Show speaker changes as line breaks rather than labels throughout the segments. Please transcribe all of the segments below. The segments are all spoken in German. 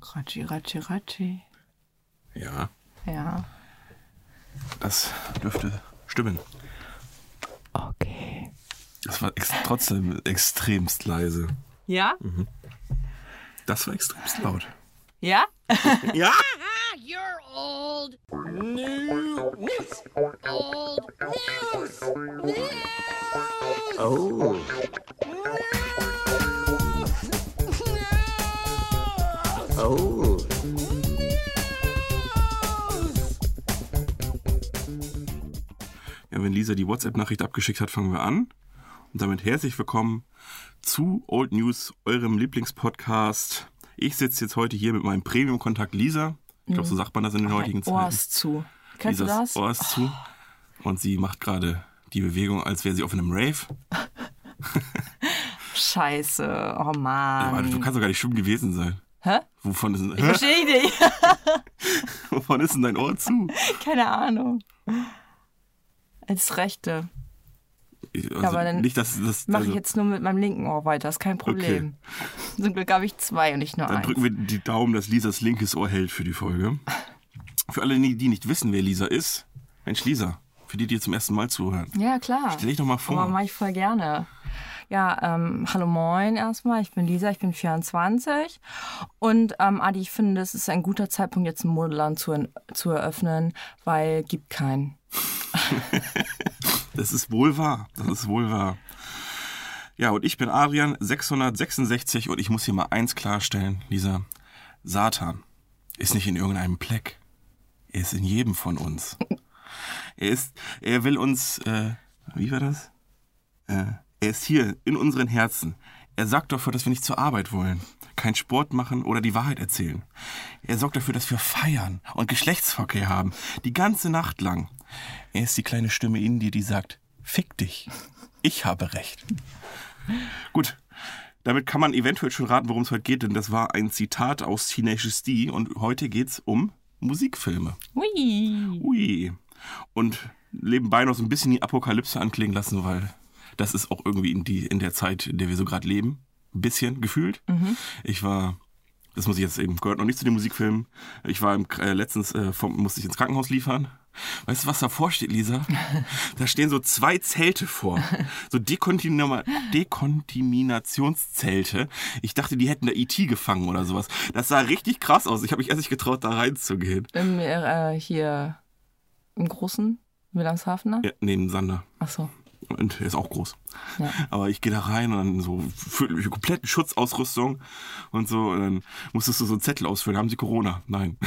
Ratschi, Ratschi, Ratschi.
Ja,
Ja.
das dürfte stimmen.
Okay.
Das war ex trotzdem extremst leise.
Ja?
Mhm. Das war extremst laut.
Ja?
Ja!
You're old. Old news.
Oh. Oh.
Ja, wenn Lisa die WhatsApp-Nachricht abgeschickt hat, fangen wir an. Und damit herzlich willkommen zu Old News, eurem Lieblingspodcast. Ich sitze jetzt heute hier mit meinem Premium-Kontakt Lisa. Ich glaube, so sagt man das in den heutigen
Ohr
Zeiten.
Oh, ist zu. Mhm. Kennst du
Lisas
das?
Ohr ist zu. Und sie macht gerade die Bewegung, als wäre sie auf einem Rave.
Scheiße. Oh
Aber du
Mann.
kannst doch gar nicht schwimmen gewesen sein.
Hä?
Wovon ist,
Ich verstehe dich nicht.
wovon ist denn dein Ohr zu?
Keine Ahnung. Als Rechte.
Ich- Also
aber dann
nicht, dass das.
Mache
also,
ich jetzt nur mit meinem linken Ohr weiter, ist kein Problem. Zum Glück habe ich zwei und nicht nur
Dann
eins.
drücken wir die Daumen, dass Lisas linkes Ohr hält für die Folge. Für alle, die nicht wissen, wer Lisa ist. Mensch, Lisa, für die, die zum ersten Mal zuhören.
Ja, klar.
Stell dich doch mal vor.
Aber mache ich voll gerne. Ja, ähm, hallo moin erstmal. Ich bin Lisa, ich bin 24. Und ähm, Adi, ich finde, es ist ein guter Zeitpunkt, jetzt ein Modeland zu, zu eröffnen, weil gibt keinen.
Das ist wohl wahr. Das ist wohl wahr. Ja, und ich bin Adrian, 666, und ich muss hier mal eins klarstellen, Lisa. Satan ist nicht in irgendeinem Pleck. Er ist in jedem von uns. Er ist, er will uns, äh, wie war das? Äh, er ist hier, in unseren Herzen. Er sorgt dafür, dass wir nicht zur Arbeit wollen, keinen Sport machen oder die Wahrheit erzählen. Er sorgt dafür, dass wir feiern und Geschlechtsverkehr haben, die ganze Nacht lang. Er ist die kleine Stimme in dir, die sagt, fick dich, ich habe recht. Gut, damit kann man eventuell schon raten, worum es heute geht, denn das war ein Zitat aus Tenacious D und heute geht's um Musikfilme.
Ui.
Ui. Und nebenbei noch so ein bisschen die Apokalypse anklingen lassen, weil das ist auch irgendwie in, die, in der Zeit, in der wir so gerade leben. Ein bisschen gefühlt. Ich war, das muss ich jetzt eben, gehört noch nicht zu den Musikfilmen. Ich war im, äh, letztens, äh, vom, musste ich ins Krankenhaus liefern. Weißt du, was davor steht, Lisa? Da stehen so zwei Zelte vor. So Dekontinua- Dekontaminationszelte. Ich dachte, die hätten da IT gefangen oder sowas. Das sah richtig krass aus. Ich habe mich erst nicht getraut, da reinzugehen.
Im, äh, hier im ne? Großen, Wilhelmshavener.
Ja, neben Sander.
Achso.
Und er ist auch groß.
Ja.
Aber ich gehe da rein und dann so fülle mich komplett in Schutzausrüstung und so. Und dann musstest du so einen Zettel ausfüllen. Haben sie Corona? Nein.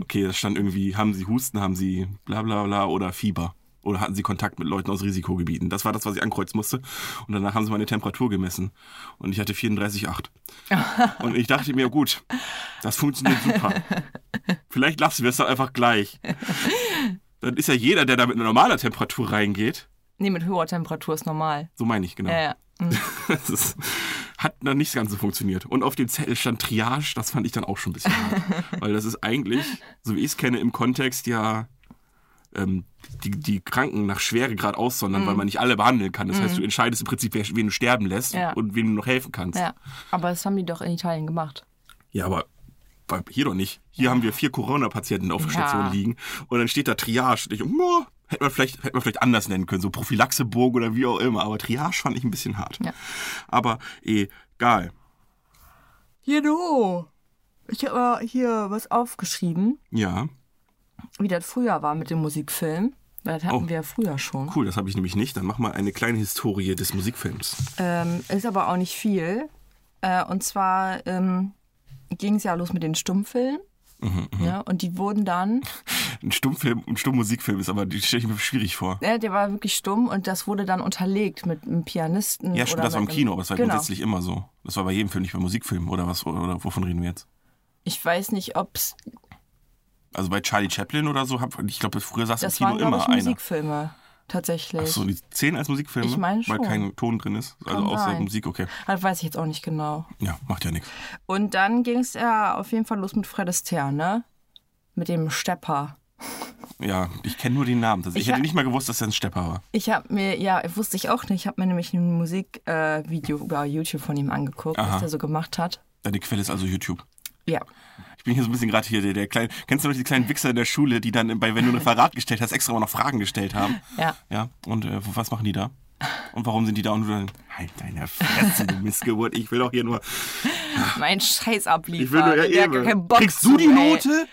okay, da stand irgendwie, haben sie Husten, haben sie bla bla bla oder Fieber. Oder hatten sie Kontakt mit Leuten aus Risikogebieten. Das war das, was ich ankreuzen musste. Und danach haben sie meine Temperatur gemessen. Und ich hatte 34,8. und ich dachte mir, gut, das funktioniert super. Vielleicht lassen wir es dann einfach gleich. Dann ist ja jeder, der da mit normaler Temperatur reingeht,
Nee, mit höherer Temperatur ist normal.
so meine ich, genau.
Ja, ja. Mhm.
Das ist, hat dann nicht ganz so funktioniert. Und auf dem Zettel stand Triage, das fand ich dann auch schon ein bisschen hart. Weil das ist eigentlich, so wie ich es kenne, im Kontext ja ähm, die, die Kranken nach Schweregrad aussondern,
Mhm.
weil man nicht alle behandeln kann. Das heißt, du entscheidest im Prinzip, wer- wen du sterben lässt
Ja.
und wem du noch helfen kannst.
ja. Aber das haben die doch in Italien gemacht.
Ja, aber bei- hier doch nicht. Hier haben wir vier Corona-Patienten auf der
Ja.
Station liegen und dann steht da Triage. Und ich, oh, hätte man vielleicht, hätte man vielleicht anders nennen können, so Prophylaxeburg oder wie auch immer. Aber Triage fand ich ein bisschen hart.
Ja.
Aber egal.
Genau. Ich habe hier was aufgeschrieben,
Ja,
wie das früher war mit dem Musikfilm. Weil Das hatten
Oh.
wir ja früher schon.
cool, das habe ich nämlich nicht. Dann mach mal eine kleine Historie des Musikfilms.
Ähm, ist aber auch nicht viel. Äh, und zwar ähm, ging es ja los mit den Stummfilmen.
Mhm,
ja, und die wurden dann,
Ein Stummfilm, ein Stummmusikfilm ist aber, die stelle ich mir schwierig vor.
äh, der war wirklich stumm und das wurde dann unterlegt mit einem Pianisten.
Ja, stimmt,
oder
das war im
mit einem-
Kino, aber das war
genau.
grundsätzlich immer so. Das war bei jedem Film, nicht bei Musikfilmen oder was, oder wovon reden wir jetzt?
Ich weiß nicht, ob es.
Also bei Charlie Chaplin oder so, hab, ich glaube, früher saß
Das
im
waren,
Kino
glaube
immer
ich,
einer.
Musikfilme. Tatsächlich.
Ach so, die zählen als Musikfilme?
Ich meine schon.
Weil kein Ton drin ist, also
Kann
außer
sein.
Musik, okay.
Das weiß ich jetzt auch nicht genau.
Ja, macht ja nichts.
Und dann ging es ja auf jeden Fall los mit Fred Astaire, ne? Mit dem Stepper.
Ja, ich kenne nur den Namen. Ich,
Ich
ich hätte
ha-
nicht mal gewusst, dass er ein Stepper war.
Ich habe mir, ja, wusste ich auch nicht. Ich habe mir nämlich ein Musikvideo äh, Video über YouTube von ihm angeguckt,
Aha.
was er so gemacht hat.
Deine Quelle ist also YouTube.
Ja.
Ich bin hier so ein bisschen gerade hier der, der kleine. Kennst du noch die kleinen Wichser in der Schule, die dann bei, wenn du ein Referat gestellt hast, extra auch noch Fragen gestellt haben?
Ja.
Ja. Und äh, was machen die da? Und warum sind die da und du dann, halt deine Fresse, du Missgeburt, ich will doch hier nur.
Mein Scheiß abliefern.
Ich will nur ja
Der hat gar
eben.
keinen Bock
Kriegst
zu,
du die
ey.
Note?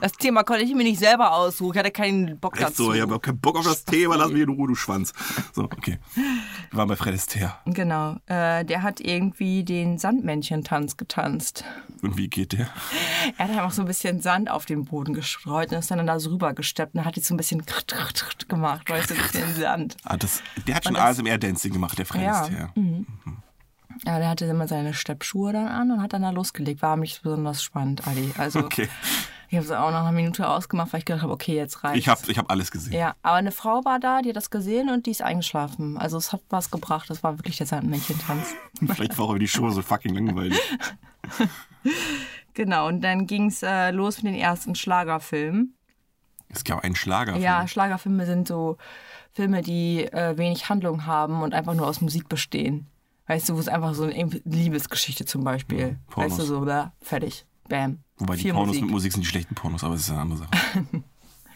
Das Thema konnte ich mir nicht selber aussuchen. Ich hatte keinen Bock
Echt
dazu.
so, ich habe keinen Bock auf das Thema, lass mich in Ruhe, du Schwanz. So, okay. Wir waren bei Fred Astaire.
Genau. Äh, der hat irgendwie den Sandmännchen-Tanz getanzt.
Und wie geht der?
Er hat einfach so ein bisschen Sand auf den Boden gestreut und ist dann da so rübergesteppt und hat jetzt so ein bisschen krrt, krrt, krrt gemacht, weißt du, ein bisschen Sand.
Ah, das, der hat schon
Und das-
ASMR-Dancing gemacht, der Fred
Ja. Mhm.
Astaire.
Ja, der hatte immer seine Steppschuhe dann an und hat dann da losgelegt. War nicht besonders spannend, Adi. Also
Okay.
ich habe es auch nach einer Minute ausgemacht, weil ich gedacht habe, okay, jetzt reicht's.
Ich habe ich hab alles gesehen.
ja, aber eine Frau war da, die hat das gesehen und die ist eingeschlafen. Also es hat was gebracht. Das war wirklich der Sandmännchen-Tanz.
Vielleicht war auch die Show so fucking langweilig.
Genau, und dann ging's äh, los mit den ersten Schlagerfilmen.
Es gab einen Schlager.
Ja, Schlagerfilme sind so Filme, die äh, wenig Handlung haben und einfach nur aus Musik bestehen. Weißt du, wo es einfach so eine irgendwie Liebesgeschichte zum Beispiel.
Mhm. Pornos.
weißt du, so, da, fertig. Bam.
Wobei die
Viel
Pornos
Musik.
mit Musik sind die schlechten Pornos, aber es ist eine andere Sache.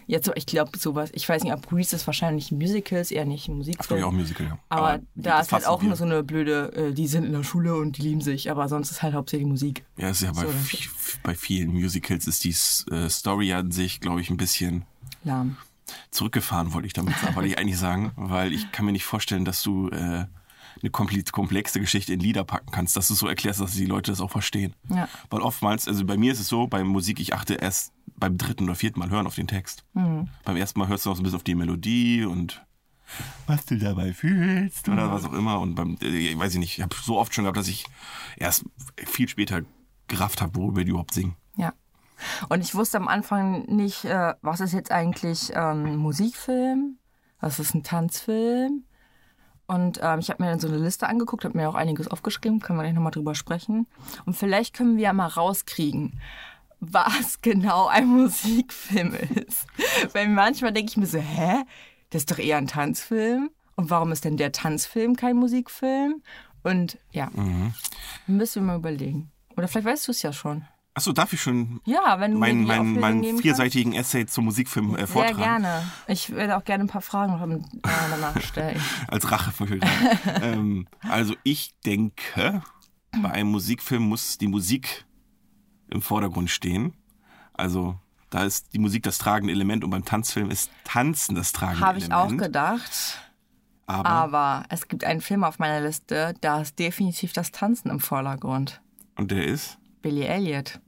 Jetzt, so, ich glaube, sowas. Ich weiß nicht, ob Grease ist wahrscheinlich ein Musical, ist eher nicht ein
Das glaube
Musikfilm.
ich auch ein Musical. ja.
aber, da
das
ist halt
fassen
auch
wir.
nur so eine blöde, äh, die sind in der Schule und die lieben sich, aber sonst ist halt hauptsächlich Musik.
Ja, ist ja bei,
So, das-
vi- bei vielen Musicals ist die S- äh, Story an sich, glaube ich, ein bisschen
Lahm.
zurückgefahren, wollte ich damit sagen, wollte ich eigentlich sagen, weil ich kann mir nicht vorstellen, dass du äh, eine kompli- komplexe Geschichte in Lieder packen kannst, dass du es so erklärst, dass die Leute das auch verstehen.
Ja.
Weil oftmals, also bei mir ist es so, bei Musik, ich achte erst beim dritten oder vierten Mal hören auf den Text. Beim ersten Mal hörst du noch so ein bisschen auf die Melodie und was du dabei fühlst oder was auch immer. Und beim, äh, ich weiß ich nicht, ich habe so oft schon gehabt, dass ich erst viel später gerafft habe, worüber die überhaupt singen.
Ja. Und ich wusste am Anfang nicht, äh, was ist jetzt eigentlich ähm, ein Musikfilm, was ist ein Tanzfilm. Und ähm, ich habe mir dann so eine Liste angeguckt, habe mir auch einiges aufgeschrieben, können wir gleich nochmal drüber sprechen. Und vielleicht können wir ja mal rauskriegen, was genau ein Musikfilm ist. Weil manchmal denke ich mir so, hä, das ist doch eher ein Tanzfilm. Und warum ist denn der Tanzfilm kein Musikfilm? Und ja, müssen wir mal überlegen. Oder vielleicht weißt du es ja schon.
Achso, darf ich schon
Ja, wenn du
meinen
mir die
meinen-
Auflösung
meinen
geben
vierseitigen Essay zum Musikfilm äh,
kannst. Sehr
vortragen?
gerne. Ich werde auch gerne ein paar Fragen noch am- äh, danach stellen.
Als Rache für Hildegard. ähm, Also ich denke, bei einem Musikfilm muss die Musik im Vordergrund stehen. Also da ist die Musik das tragende Element und beim Tanzfilm ist Tanzen das tragende
Habe ich auch ah.
Element.
gedacht.
Aber,
Aber es gibt einen Film auf meiner Liste, da ist definitiv das Tanzen im Vordergrund.
und der ist?
Billy Elliot.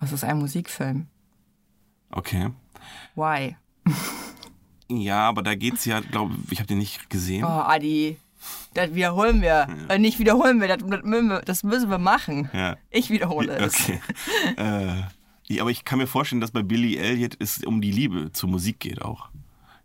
Was ist ein Musikfilm?
Okay.
Why?
Ja, aber da geht's ja, glaube ich, habe den nicht gesehen.
Oh, Adi, das wiederholen wir. Äh, nicht wiederholen wir, das, das, müssen wir das müssen wir machen.
Ja.
Ich wiederhole es.
Okay. äh, ja, aber ich kann mir vorstellen, dass bei Billy Elliot es um die Liebe zur Musik geht auch.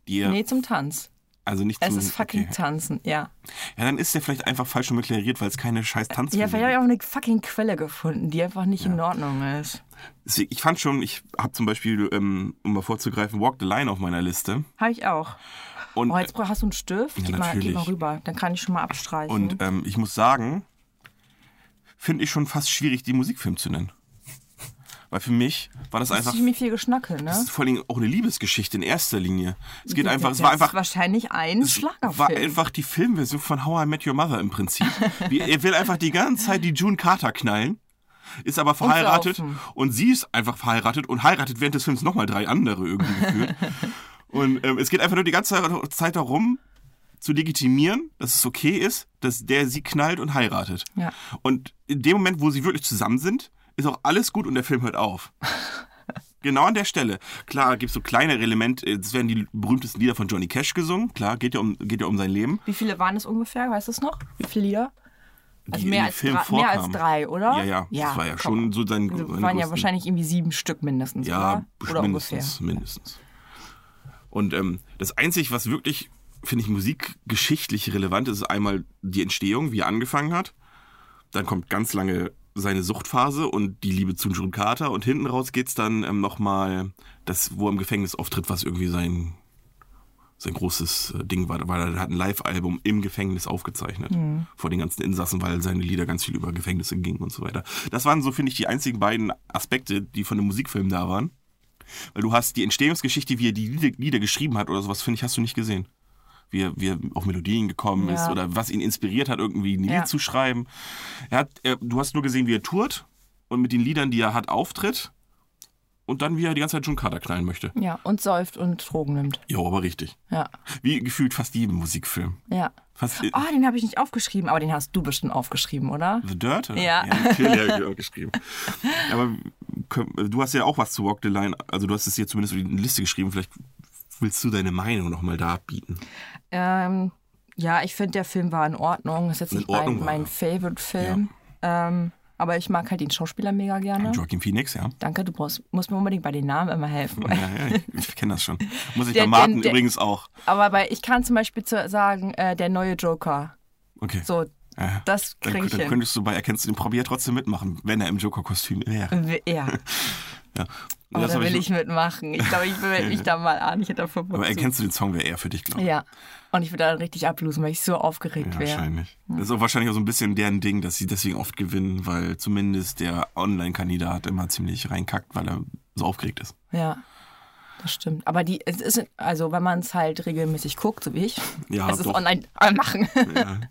Die er,
Nee, zum Tanz.
also nicht
Es
zum,
ist fucking
okay.
Tanzen, ja.
Ja, dann ist der vielleicht einfach falsch schon deklariert, weil es keine scheiß Tanz
Ja, vielleicht habe ich auch eine fucking Quelle gefunden, die einfach nicht in Ordnung ist.
Deswegen, Ich fand schon, ich habe zum Beispiel, ähm, um mal vorzugreifen, Walk the Line auf meiner Liste.
Habe ich auch.
Und,
Oh, jetzt brauch- hast du einen Stift?
Ja,
gib, mal, gib mal
natürlich.
rüber, dann kann ich schon mal abstreichen.
und ähm, ich muss sagen, finde ich schon fast schwierig, die Musikfilm zu nennen. Weil für mich war das
das
einfach
ist mir viel Geschnacke, ne?
das ist vor allen Dingen auch eine Liebesgeschichte in erster Linie. Es geht
Ja,
einfach, es
das
war
ist
einfach
wahrscheinlich ein
Es War
Schlagerfilm.
einfach die Filmversion von How I Met Your Mother im Prinzip. Wie, er will einfach die ganze Zeit die June Carter knallen, ist aber verheiratet und,
saufen.
sie ist einfach verheiratet und heiratet während des Films nochmal drei andere irgendwie gefühlt. und ähm, es geht einfach nur die ganze Zeit darum, zu legitimieren, dass es okay ist, dass der sie knallt und heiratet.
Ja.
Und in dem Moment, wo sie wirklich zusammen sind, ist auch alles gut und der Film hört auf. Genau an der Stelle. Klar, gibt es so kleinere Elemente. Es werden die berühmtesten Lieder von Johnny Cash gesungen. Klar, geht ja um, geht ja um sein Leben.
Wie viele waren es ungefähr? Weißt du es noch? Wie viele Lieder? Also
die
mehr
im
als,
Film
drei, mehr als
vorkamen.
drei, oder?
Ja, ja. das war ja schon
komm.
so sein
Also
seine
waren ja
größten-
wahrscheinlich irgendwie sieben Stück mindestens,
Ja,
oder? Oder ungefähr.
mindestens. mindestens. Und ähm, das Einzige, was wirklich, finde ich, musikgeschichtlich relevant ist, ist einmal die Entstehung, wie er angefangen hat. Dann kommt ganz lange seine Suchtphase und die Liebe zu June Carter. Und hinten raus geht's dann ähm, nochmal, das, wo er im Gefängnis auftritt, was irgendwie sein, Sein großes äh, Ding war, weil er hat ein Live-Album im Gefängnis aufgezeichnet.
Mhm.
Vor den ganzen Insassen, weil seine Lieder ganz viel über Gefängnisse gingen und so weiter. Das waren so, finde ich, die einzigen beiden Aspekte, die von dem Musikfilm da waren. Weil du hast die Entstehungsgeschichte, wie er die Lieder, Lieder geschrieben hat oder sowas, finde ich, hast du nicht gesehen. Wie er, wie er auf Melodien gekommen ist
Ja.
oder was ihn inspiriert hat, irgendwie ein Lied
Ja.
zu schreiben. Er hat, er, du hast nur gesehen, wie er tourt und mit den Liedern, die er hat, auftritt. Und dann, wie er die ganze Zeit schon Kader knallen möchte.
Ja, und säuft und Drogen nimmt.
Jo, aber richtig.
Ja,
Wie gefühlt fast jedem Musikfilm.
ja.
Fast äh,
Oh, den habe ich nicht aufgeschrieben, aber den hast du bestimmt aufgeschrieben, oder?
The Dirt? oder?
Ja.
ja natürlich habe ich die auch geschrieben. Aber kö- du hast ja auch was zu Walk the Line. Also du hast es hier zumindest in die Liste geschrieben. Vielleicht willst du deine Meinung nochmal da abbieten.
Ähm, ja, ich finde, der Film war in Ordnung. Ist jetzt
In
nicht
Ordnung war
mein,
er.
mein Favorite-Film. Ähm, aber ich mag halt den Schauspieler mega gerne.
Joaquin Phoenix, ja.
Danke, du brauchst, musst mir unbedingt bei den Namen immer helfen.
Ja, ja, ich, ich kenne das schon. Muss ich
Der-
bei Martin
der- der-
übrigens auch.
Aber bei, ich kann zum Beispiel zu sagen, äh, der neue Joker.
Okay.
So,
Ja.
das
dann,
kriege ich
dann
hin.
könntest du bei Erkennst du den Probier trotzdem mitmachen, wenn er im Joker-Kostüm wäre.
Ja,
Ja.
oh,
Das
da
hab
will ich mitmachen. Ich glaube, ich melde mich da mal an. Ich hätte dafür Bock
aber
zu.
erkennst du den Song wäre eher für dich, glaube ich.
Ja, und ich würde dann richtig ablosen, weil ich so aufgeregt
Ja,
wäre.
wahrscheinlich. Das ist auch wahrscheinlich auch so ein bisschen deren Ding, dass sie deswegen oft gewinnen, weil zumindest der Online-Kandidat immer ziemlich reinkackt, weil er so aufgeregt ist.
Ja, das stimmt. Aber die, es ist, also wenn man es halt regelmäßig guckt, so wie ich,
Ja,
es ist
doch.
online äh, machen,
Ja.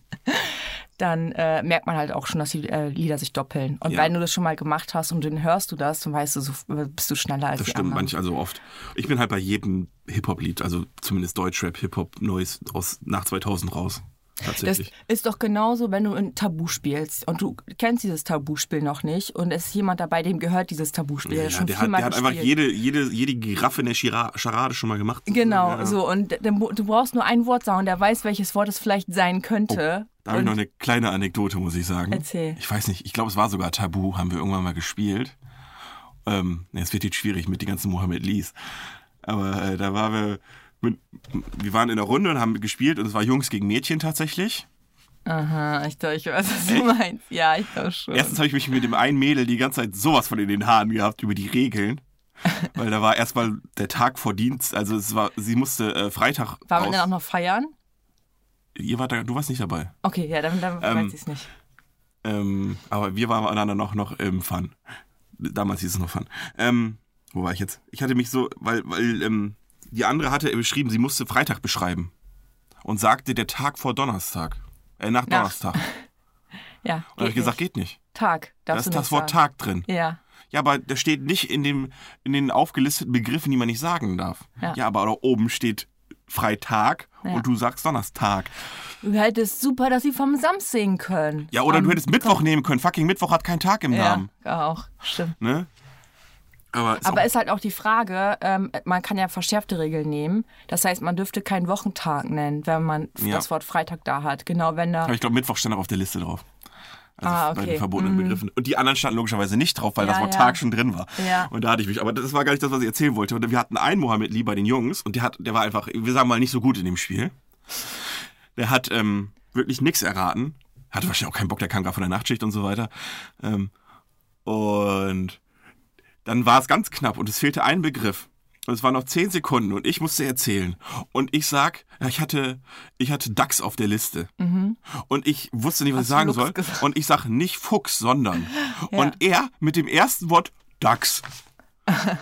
dann äh, merkt man halt auch schon, dass die äh, Lieder sich doppeln. Und
Ja.
wenn du das schon mal gemacht hast und dann hörst du das, dann weißt du, so, äh, bist du schneller als
Das
die
stimmt
anderen.
manch, also oft. Ich bin halt bei jedem Hip-Hop-Lied, also zumindest Deutschrap, Hip-Hop, Neues aus nach 2000 raus.
Das
Tatsächlich.
ist doch genauso, wenn du ein Tabu spielst und du kennst dieses Tabuspiel noch nicht und es ist jemand dabei, dem gehört dieses Tabuspiel. der
ja,
hat schon
der hat,
viermal
der hat einfach
gespielt.
jede, jede, jede Giraffe in der Schira- Charade schon mal gemacht.
Genau,
Ja.
so. Und dann mu- du brauchst nur ein Wort sagen und er weiß, welches Wort es vielleicht sein könnte.
Oh, Da habe ich noch eine kleine Anekdote, muss ich sagen.
Erzähl.
Ich weiß nicht, ich glaube, es war sogar Tabu, haben wir irgendwann mal gespielt. Ähm, nee, es wird jetzt schwierig mit den ganzen Mohammed Lees. Aber äh, da waren wir, mit, wir waren in der Runde und haben gespielt und es war Jungs gegen Mädchen tatsächlich.
Aha, ich glaube, ich weiß, was du meinst. Ja, ich glaube schon.
Erstens habe ich mich mit dem einen Mädel die ganze Zeit sowas von in den Haaren gehabt über die Regeln. Weil da war erstmal der Tag vor Dienst, also es war, sie musste äh, Freitag
Waren wir
raus.
dann auch noch feiern?
Ihr wart da, du warst nicht dabei.
Okay, ja, dann, dann
Ähm,
weiß ich es nicht.
Ähm, aber wir waren dann noch, noch im Fun. Damals hieß es noch Fun. Ähm, wo war ich jetzt? Ich hatte mich so, weil, weil ähm, die andere hatte beschrieben, sie musste Freitag beschreiben. Und sagte der Tag vor Donnerstag. Äh, nach
Nach-
Donnerstag. Und
Ja.
da habe ich
geht
gesagt,
nicht.
geht nicht.
Tag.
Da
Darfst
ist
du
das
nicht
Wort
sagen.
Tag drin.
Ja.
Ja, aber das steht nicht in, dem, in den aufgelisteten Begriffen, die man nicht sagen darf. Ja,
Ja.
aber da oben steht Freitag
Ja.
und du sagst Donnerstag.
Du hättest super, dass sie vom Sams singen können.
Ja, oder
Am-
du hättest Mittwoch nehmen können. Fucking Mittwoch hat keinen Tag im
Ja,
Namen.
auch. Stimmt.
Ne? Aber, ist
Aber ist halt auch die Frage, ähm, man kann ja verschärfte Regeln nehmen. Das heißt, man dürfte keinen Wochentag nennen, wenn man f-
Ja.
das Wort Freitag da hat. Genau, wenn da.
Aber ich glaube, Mittwoch stand auch auf der Liste drauf. Also
Ah,
bei
okay.
den verbotenen Begriffen. Und die anderen standen logischerweise nicht drauf, weil
Ja,
das Wort
ja.
Tag schon drin war.
Ja.
Und da hatte ich mich, aber das war gar nicht das, was ich erzählen wollte. Und wir hatten einen Mohammed Lee bei den Jungs und der hat, der war einfach, wir sagen mal, nicht so gut in dem Spiel. Der hat ähm, wirklich nichts erraten. Hatte wahrscheinlich auch keinen Bock, der kam gerade von der Nachtschicht und so weiter. Ähm, und dann war es ganz knapp und es fehlte ein Begriff. Und es waren noch zehn Sekunden und ich musste erzählen. Und ich sag, ja, ich hatte, ich hatte Dachs auf der Liste. Und ich wusste nicht, was ich
Mhm. Hast du
sagen
Luchs
soll.
gesagt?
Und ich sag nicht Fuchs, sondern. Und er mit dem ersten Wort Dachs.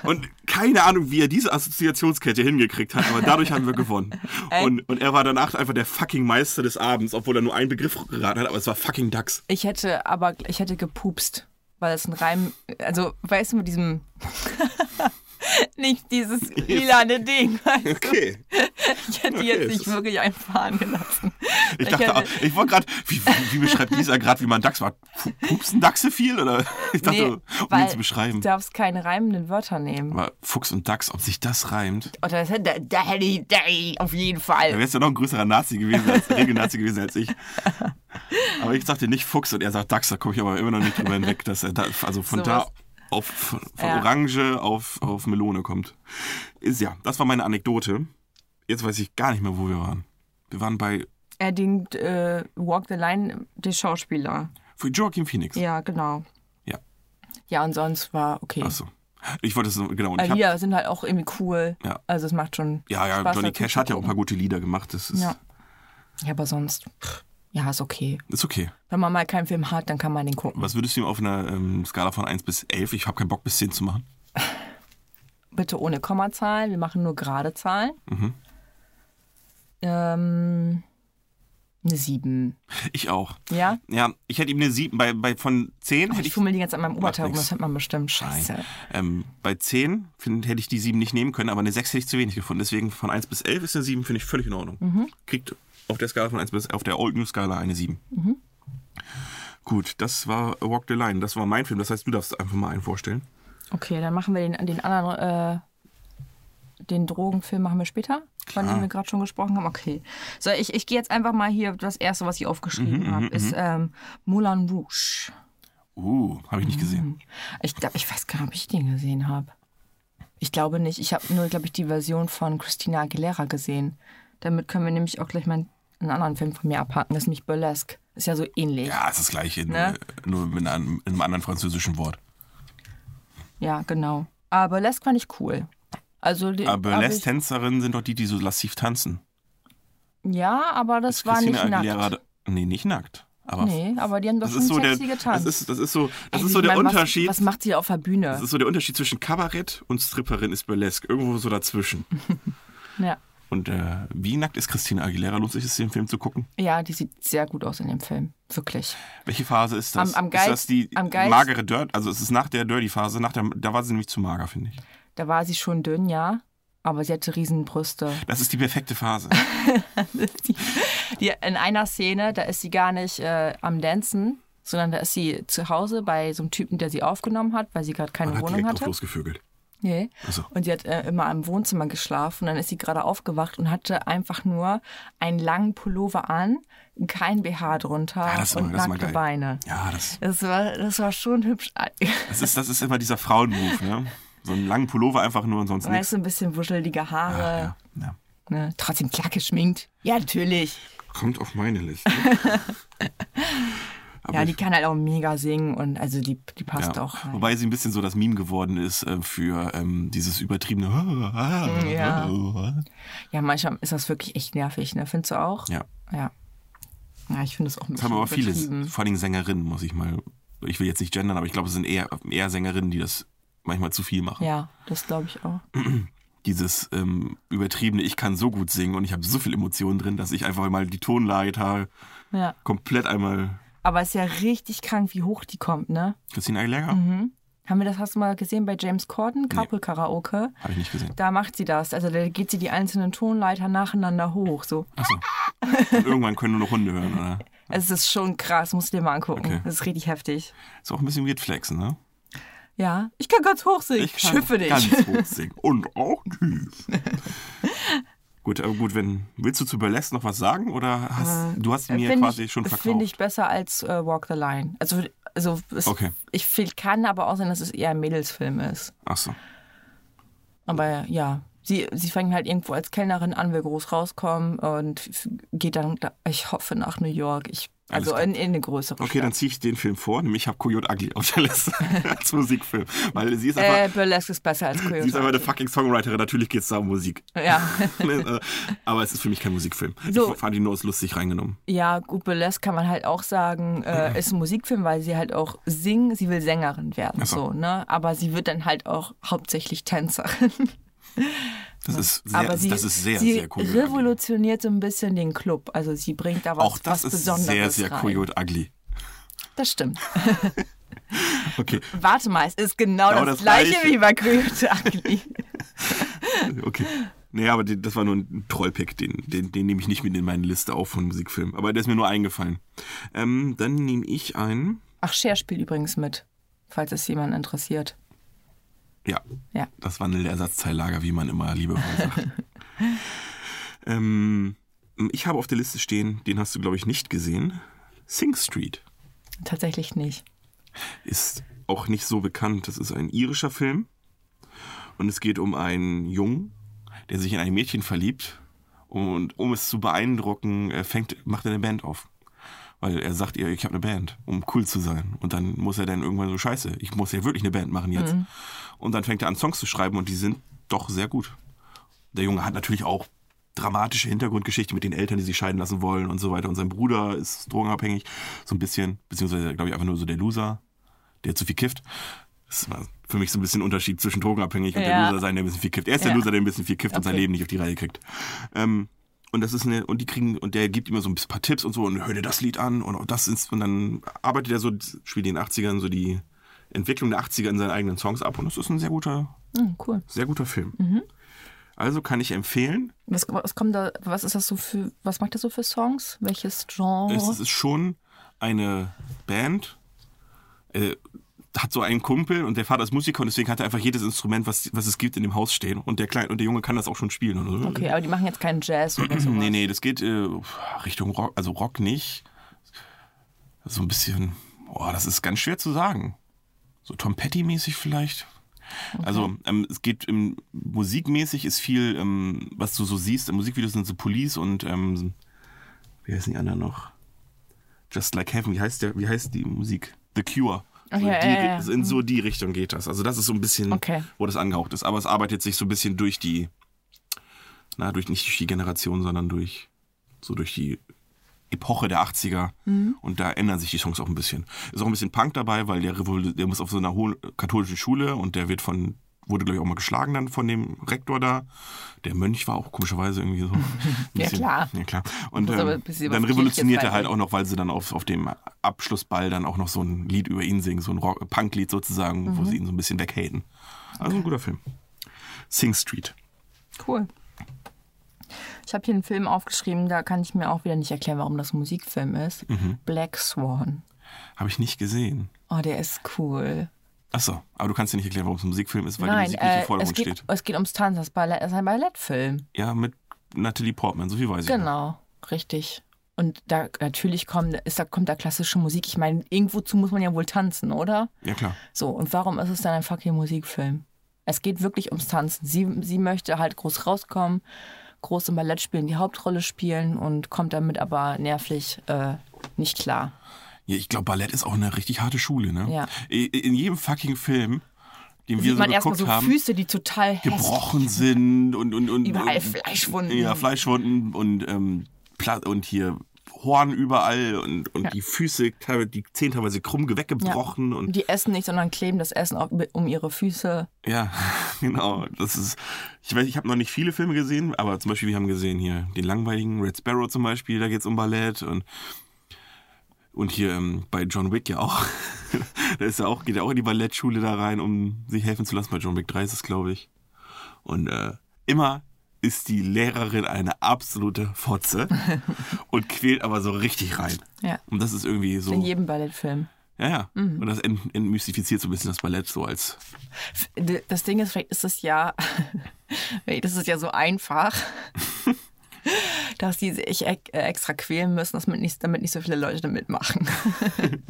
Und keine Ahnung, wie er diese Assoziationskette hingekriegt hat, aber dadurch haben wir gewonnen. Und, und er war danach einfach der fucking Meister des Abends, obwohl er nur einen Begriff geraten hat, aber es war fucking Dachs.
Ich hätte aber, ich hätte gepupst, weil es ein Reim, also weißt du, mit diesem, nicht dieses lilane Ding, weißt du?
Okay.
Ich hätte
Okay,
jetzt
es
nicht
ist-
wirklich einfahren gelassen.
Ich dachte,
hätte-
auch- ich wollte gerade, wie, wie, wie beschreibt Lisa gerade, wie man Dachs macht? Pu- Pupsen Dachse viel? Oder ich dachte, um ihn
weil
zu beschreiben.
Du darfst keine reimenden Wörter nehmen.
Aber Fuchs und Dachs, ob sich das reimt?
Oder das hätte, da hätte ich, da hätte ich auf jeden
Da
Fall.
wärst du noch ein größerer Nazi gewesen, als Regelnazi gewesen als ich. Aber ich sagte nicht Fuchs und er sagt Dachs, da komme ich aber immer noch nicht drüber hinweg, dass er da, also von da
Sowas.
auf von
Ja.
Orange auf, auf Melone kommt. Ist ja, das war meine Anekdote. Jetzt weiß ich gar nicht mehr, wo wir waren. Wir waren bei
Er dingt äh, Walk the Line, der Schauspieler.
für Joaquin Phoenix.
Ja, genau.
Ja.
Ja, und sonst war okay.
Achso. Ich wollte es genau. Und ich
Weil
hab,
Lieder sind halt auch irgendwie cool.
Ja.
Also es macht schon
ja, ja,
Spaß.
Johnny
dazu
Cash
zu
hat ja auch ein paar
gucken.
gute Lieder gemacht. Das ist,
Ja. Ja, aber sonst, pff, ja, ist okay.
ist okay.
Wenn man mal keinen Film hat, dann kann man den gucken.
Was würdest du ihm auf einer ähm, Skala von 1 bis 11? Ich habe keinen Bock bis 10 zu machen.
Bitte ohne Kommazahlen, wir machen nur gerade Zahlen.
Mhm.
Ähm, eine 7.
Ich auch.
Ja?
Ja, ich hätte ihm eine 7. Bei, bei von 10 hätte
Ich
ich.
fummel die ganze Zeit an meinem Oberteil rum,
nix.
das hat man bestimmt. Scheiße.
Nein. Ähm, bei 10 find, hätte ich die 7 nicht nehmen können, aber eine 6 hätte ich zu wenig gefunden. Deswegen von 1 bis 11 ist eine 7, finde ich völlig in Ordnung.
Mhm.
Kriegt auf der Skala von 1 bis auf der Old New Skala eine 7.
Mhm.
Gut, das war Walk the Line. Das war mein Film. Das heißt, du darfst einfach mal einen vorstellen.
Okay, dann machen wir den, den anderen, äh, den Drogenfilm machen wir später, von dem wir gerade schon gesprochen haben. Okay. So, ich, ich gehe jetzt einfach mal hier, das erste, was ich aufgeschrieben
Mhm,
habe, ist ähm, Moulin Rouge.
Uh, habe ich nicht gesehen.
Ich glaube, ich weiß gar nicht, ob ich den gesehen habe. Ich glaube nicht. Ich habe nur, glaube ich, die Version von Christina Aguilera gesehen. Damit können wir nämlich auch gleich mal einen anderen Film von mir abhaken. Das ist nämlich Burlesque. Ist ja so ähnlich. Ja,
Ja, ist das gleiche, nur-
Ne?
nur mit einem, in einem anderen französischen Wort.
genau. Aber Burlesque fand ich cool. Also, den-
Aber
hab ich-
Burlesque-Tänzerinnen sind doch die, die so lassiv tanzen.
Ja, aber das war nicht nackt.
Nee, nicht nackt. Aber
Nee, aber die haben doch
das
schon
ist so der,
sexy getanzt.
das ist, das ist so, das
Ey,
ist so
ich
der
meine,
Unterschied.
Was, was macht sie auf der
Das
Bühne?
ist so der Unterschied zwischen Kabarett und Stripperin ist Burlesque. Irgendwo so dazwischen.
Ja.
Und äh, wie nackt ist Christina Aguilera? Lohnt sich es, den Film zu gucken?
ja, die sieht sehr gut aus in dem Film. Wirklich.
Welche Phase ist das?
Am- am
ist
Geist-
das die
am Geist-
magere Dirt? Also es ist nach der Dirty-Phase. Nach der, da war sie nämlich zu mager, finde ich.
Da war sie schon dünn, ja. Aber sie hatte Riesenbrüste.
Das ist die perfekte Phase.
die, die, in einer Szene, da ist sie gar nicht äh, am Dancen, sondern da ist sie zu Hause bei so einem Typen, der sie aufgenommen hat, weil sie gerade keine
Man hat
Wohnung
direkt drauf
hatte.
losgevögelt. Also,
Nee.
so.
Und sie hat äh, immer im Wohnzimmer geschlafen. Dann ist sie gerade aufgewacht und hatte einfach nur einen langen Pullover an, kein BH drunter
Ah, das ist
und
immer- das ist immer
nackte
geil. Also
Beine.
Ja, das,
Das war, das war schon hübsch. Ah,
das, ist, das ist immer dieser Frauenmove. Ne? So einen langen Pullover einfach nur und sonst nichts.
Weißt äh, du, ein bisschen wuschelige Haare.
Ah, Ja, ja.
Ne? Trotzdem klar geschminkt. Ja, natürlich.
Kommt auf meine Liste. Aber
Ja,
ich-
die kann halt auch mega singen und also die, die passt
Ja.
auch. rein.
Wobei sie ein bisschen so das Meme geworden ist äh, für ähm, dieses übertriebene. Ja.
Ja, manchmal ist das wirklich echt nervig, ne? Findest du auch?
ja.
Ja. Ja, ich finde es auch ein
Das
bisschen
haben aber viele,
übertrieben.
vor allem Sängerinnen, muss ich mal. Ich will jetzt nicht gendern, aber ich glaube, es sind eher, eher Sängerinnen, die das manchmal zu viel machen.
Ja, das glaube ich auch.
Dieses ähm, übertriebene, ich kann so gut singen und ich habe so viel Emotionen drin, dass ich einfach mal die Tonleiter
Ja.
komplett einmal.
Aber es ist ja richtig krank, wie hoch die kommt, ne?
Christina Aguilera?
Haben wir das, hast du mal gesehen bei James Corden? Carpool-Karaoke.
Habe ich nicht gesehen.
Da macht sie das. Also da geht sie die einzelnen Tonleiter nacheinander hoch. So.
Ah. Und irgendwann können nur noch Hunde hören, oder?
Es ist schon krass, musst du dir mal angucken.
Okay.
Das ist richtig heftig.
Ist auch ein bisschen weird flexen, ne?
Ja, ich kann ganz hoch singen. Ich
kann
schimpfe dich.
Ganz hoch singen. Und auch tief. gut, aber gut, wenn. Willst du zu Burlesque noch was sagen? Oder hast, du hast mir
Äh, Find
quasi
ich,
schon verkauft?
Finde ich besser als äh, Walk the Line. Also, also es,
Okay.
ich find, kann aber auch sein, dass es eher ein Mädelsfilm ist.
Ach so.
Aber ja, sie, sie fängt halt irgendwo als Kellnerin an, will groß rauskommen und f- geht dann, da- ich hoffe, nach New York. Ich,
Alles
also
klar.
in, in eine größere
Okay, dann
Stadt.
ziehe ich den Film vor, nämlich ich habe Coyote Ugly auf der Liste als Musikfilm. Weil sie ist
Äh,
einfach,
Burlesque ist besser als
sie ist einfach eine
Coyote.
fucking Songwriterin. Natürlich geht es da um Musik.
Ja.
aber es ist für mich kein Musikfilm.
So.
Ich fand ihn nur als lustig reingenommen.
ja, gut, Burlesque kann man halt auch sagen, äh, ist ein Musikfilm, weil sie halt auch singen, sie will Sängerin werden.
Ach so.
So. ne? Aber sie wird dann halt auch hauptsächlich Tänzerin.
Das ist sehr, also
aber sie,
das ist sehr,
sie
sehr Coyote Ugly.
revolutioniert so ein bisschen den Club. Also sie bringt da was,
Auch das
was
ist
Besonderes
sehr, sehr
rein.
Coyote Ugly.
Das stimmt.
Okay.
Warte mal, es ist genau,
Genau
das,
das
gleiche
Gleiche.
wie bei Coyote Ugly.
Okay. Naja, aber die, das war nur ein Trollpick. Den, den, den nehme ich nicht mit in meine Liste auf von Musikfilmen. Aber der ist mir nur eingefallen. Ähm, dann nehme ich einen.
Ach, Cher spielt übrigens mit, falls es jemanden interessiert.
Ja,
Ja.
das Wandelersatzteillager, wie man immer liebevoll sagt. ähm, ich habe auf der Liste stehen, den hast du, glaube ich, nicht gesehen. Sing Street
Tatsächlich nicht.
ist auch nicht so bekannt. Das ist ein irischer Film. Und es geht um einen Jungen, der sich in ein Mädchen verliebt. Und um es zu beeindrucken, äh, fängt, macht er eine Band auf. Weil er sagt ihr, ich habe eine Band, um cool zu sein. Und dann muss er dann irgendwann so, scheiße, ich muss ja wirklich eine Band machen jetzt. Und dann fängt er an, Songs zu schreiben und die sind doch sehr gut. Der Junge hat natürlich auch dramatische Hintergrundgeschichte mit den Eltern, die sich scheiden lassen wollen und so weiter. Und sein Bruder ist drogenabhängig, so ein bisschen, beziehungsweise, glaube ich, einfach nur so der Loser, der zu viel kifft. Das war für mich so ein bisschen ein Unterschied zwischen drogenabhängig und der
Ja.
Loser sein, der ein bisschen viel kifft. Er ist der
Ja.
Loser, der ein bisschen viel kifft und sein
Okay.
Leben nicht auf die Reihe kriegt. Ähm, und das ist eine, und die kriegen, und der gibt immer so ein paar Tipps und so, und hör dir das Lied an und auch das ist, und dann arbeitet er so, spielt in den 80ern so die Entwicklung der 80er in seinen eigenen Songs ab und das ist ein sehr guter,
Hm, cool.
sehr guter Film. Also kann ich empfehlen,
Was, was kommt da, was ist das so für, was macht das so für Songs? Welches
Es
Genre?
ist schon eine Band. Äh, hat so einen Kumpel und der Vater ist Musiker und deswegen hat er einfach jedes Instrument, was, was es gibt, in dem Haus stehen. Und der Kleine und der Junge kann das auch schon spielen. Oder?
Okay, aber die machen jetzt keinen Jazz oder so.
Mhm, Nee, nee, das geht äh, Richtung Rock, also Rock nicht. So ein bisschen, boah, das ist ganz schwer zu sagen. So Tom Petty-mäßig vielleicht. Also ähm, es geht im, musikmäßig ist viel, ähm, was du so siehst, im Musikvideos sind so Police und ähm, wie heißen die anderen noch? Just Like Heaven, wie heißt der, wie heißt die Musik? The Cure. So
ja,
die,
ja, ja. mhm.
In so die Richtung geht das. Also das ist so ein bisschen,
Okay.
wo das angehaucht ist. Aber es arbeitet sich so ein bisschen durch die, na, durch nicht durch die Generation, sondern durch so durch die Epoche der 80er.
Mhm.
Und da ändern sich die Songs auch ein bisschen. Ist auch ein bisschen Punk dabei, weil der, Revol der muss auf so einer hohen katholischen Schule und der wird von, wurde glaube ich auch mal geschlagen dann von dem Rektor da. Der Mönch war auch komischerweise irgendwie so. ein
Ja,
bisschen-
klar.
Ja, klar. Und
Muss aber
ähm,
ein bisschen
dann
was
revolutioniert er
Kirchliches
halt auch noch, weil sie dann auf, auf dem Abschlussball dann auch noch so ein Lied über ihn singen, so ein Rock- Punk-Lied sozusagen,
Mhm.
wo sie ihn so ein bisschen weghaten. Also ein guter Film. Sing Street.
Cool. Ich habe hier einen Film aufgeschrieben, da kann ich mir auch wieder nicht erklären, warum das ein Musikfilm ist.
Mhm.
Black Swan.
Habe ich nicht gesehen.
Oh, der ist cool.
Achso, aber du kannst dir nicht erklären, warum es ein Musikfilm ist, weil die
Nein,
Musik nicht im
äh, es,
Vordergrund
geht,
steht.
es geht ums Tanzen. Das ist Ballett- das ist ein Ballettfilm.
Ja, mit Natalie Portman, so viel weiß ich. noch.
Genau, richtig. Und da natürlich kommt, ist da, kommt da klassische Musik. Ich meine, irgendwozu muss man ja wohl tanzen, oder?
Ja, klar.
So, und warum ist es dann ein fucking Musikfilm? Es geht wirklich ums Tanzen. Sie, sie möchte halt groß rauskommen, groß im Ballett spielen, die Hauptrolle spielen und kommt damit aber nervlich äh, nicht klar.
Ja, ich glaube, Ballett ist auch eine richtig harte Schule, ne?
Ja.
I- In jedem fucking Film, den wir
Sieht
so
man erstmal
geguckt
so
haben,
Füße, die total hässlich
gebrochen sind und. und, und
Überall
und,
Fleischwunden.
Ja, Fleischwunden und, ähm, Pla- und hier Horn überall und, und die Füße, teilweise- die Zehen teilweise krumm weggebrochen und.
Die essen nicht, sondern kleben das Essen auf, um ihre Füße.
Ja, genau. Das ist, ich weiß, ich habe noch nicht viele Filme gesehen, aber zum Beispiel, wir haben gesehen hier den langweiligen Red Sparrow zum Beispiel, da geht's um Ballett und, und hier ähm, bei John Wick ja auch. da ist ja auch, geht ja auch in die Ballettschule da rein, um sich helfen zu lassen. Bei John Wick 3 ist es, glaube ich. Und äh, immer ist die Lehrerin eine absolute Fotze und quält aber so richtig rein.
Ja.
Und das ist irgendwie so.
In jedem Ballettfilm.
Ja, ja. Und das ent- entmystifiziert so ein bisschen das Ballett so als
D- Das Ding ist, vielleicht ist es ja, vielleicht ist es ja so einfach, dass die sich e- äh, extra quälen müssen, dass mit nicht, damit nicht so viele Leute da mitmachen.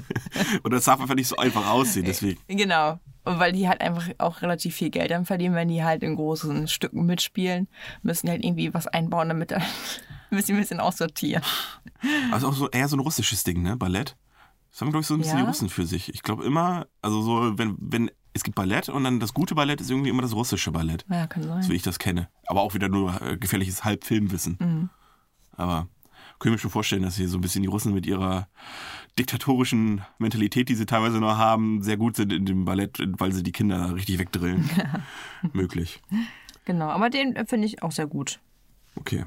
Und das darf einfach nicht so einfach aussehen, deswegen.
genau. Und weil die halt einfach auch relativ viel Geld dann verdienen, wenn die halt in großen Stücken mitspielen, müssen die halt irgendwie was einbauen, damit dann müssen die ein bisschen aussortieren.
Also auch so eher so ein russisches Ding, ne? Ballett. Das haben, glaube ich, so ein bisschen
Ja.
die Russen für sich. Ich glaube immer, also so, wenn, wenn, es gibt Ballett und dann das gute Ballett ist irgendwie immer das russische Ballett,
Ja, kann sein.
so wie ich das kenne. Aber auch wieder nur äh, gefährliches Halbfilmwissen.
Mhm.
Aber können wir schon vorstellen, dass hier so ein bisschen die Russen mit ihrer diktatorischen Mentalität, die sie teilweise noch haben, sehr gut sind in dem Ballett, weil sie die Kinder da richtig wegdrillen. Möglich.
Genau, aber den äh, finde ich auch sehr gut.
Okay.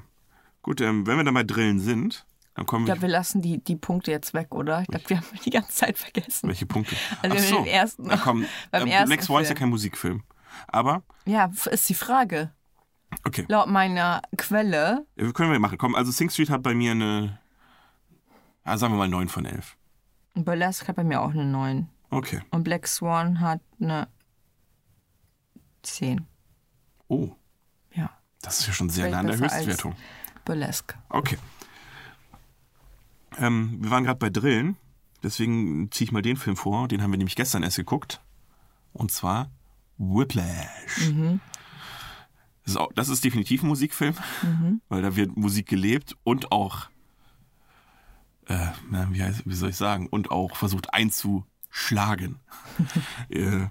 Gut, ähm, wenn wir dann bei Drillen sind, dann kommen
Ich glaube, wir lassen die, die Punkte jetzt weg, oder? Ich glaube, wir haben die ganze Zeit vergessen.
Welche Punkte?
Also
Ach so.
den ersten-
Na komm,
beim
äh,
ersten
Black Swan ist ja
Film.
kein Musikfilm. Aber,
Ja, f- ist die Frage.
okay,
Laut meiner Quelle
Ja, können wir machen. Komm, also Sing Street hat bei mir eine, ah, sagen wir mal 9 von 11.
Burlesque hat bei mir auch eine 9.
Okay.
Und Black Swan hat eine 10.
Oh,
Ja,
das ist ja schon sehr nah
Vielleicht
an der
besser als-
Höchstwertung.
Burlesque.
Okay. Ähm, wir waren gerade bei Drillen, deswegen ziehe ich mal den Film vor. Den haben wir nämlich gestern erst geguckt. Und zwar Whiplash. Das, ist auch, das ist definitiv ein Musikfilm, weil da wird Musik gelebt und auch äh, na, wie, heißt, wie soll ich sagen, und auch versucht einzuschlagen. äh,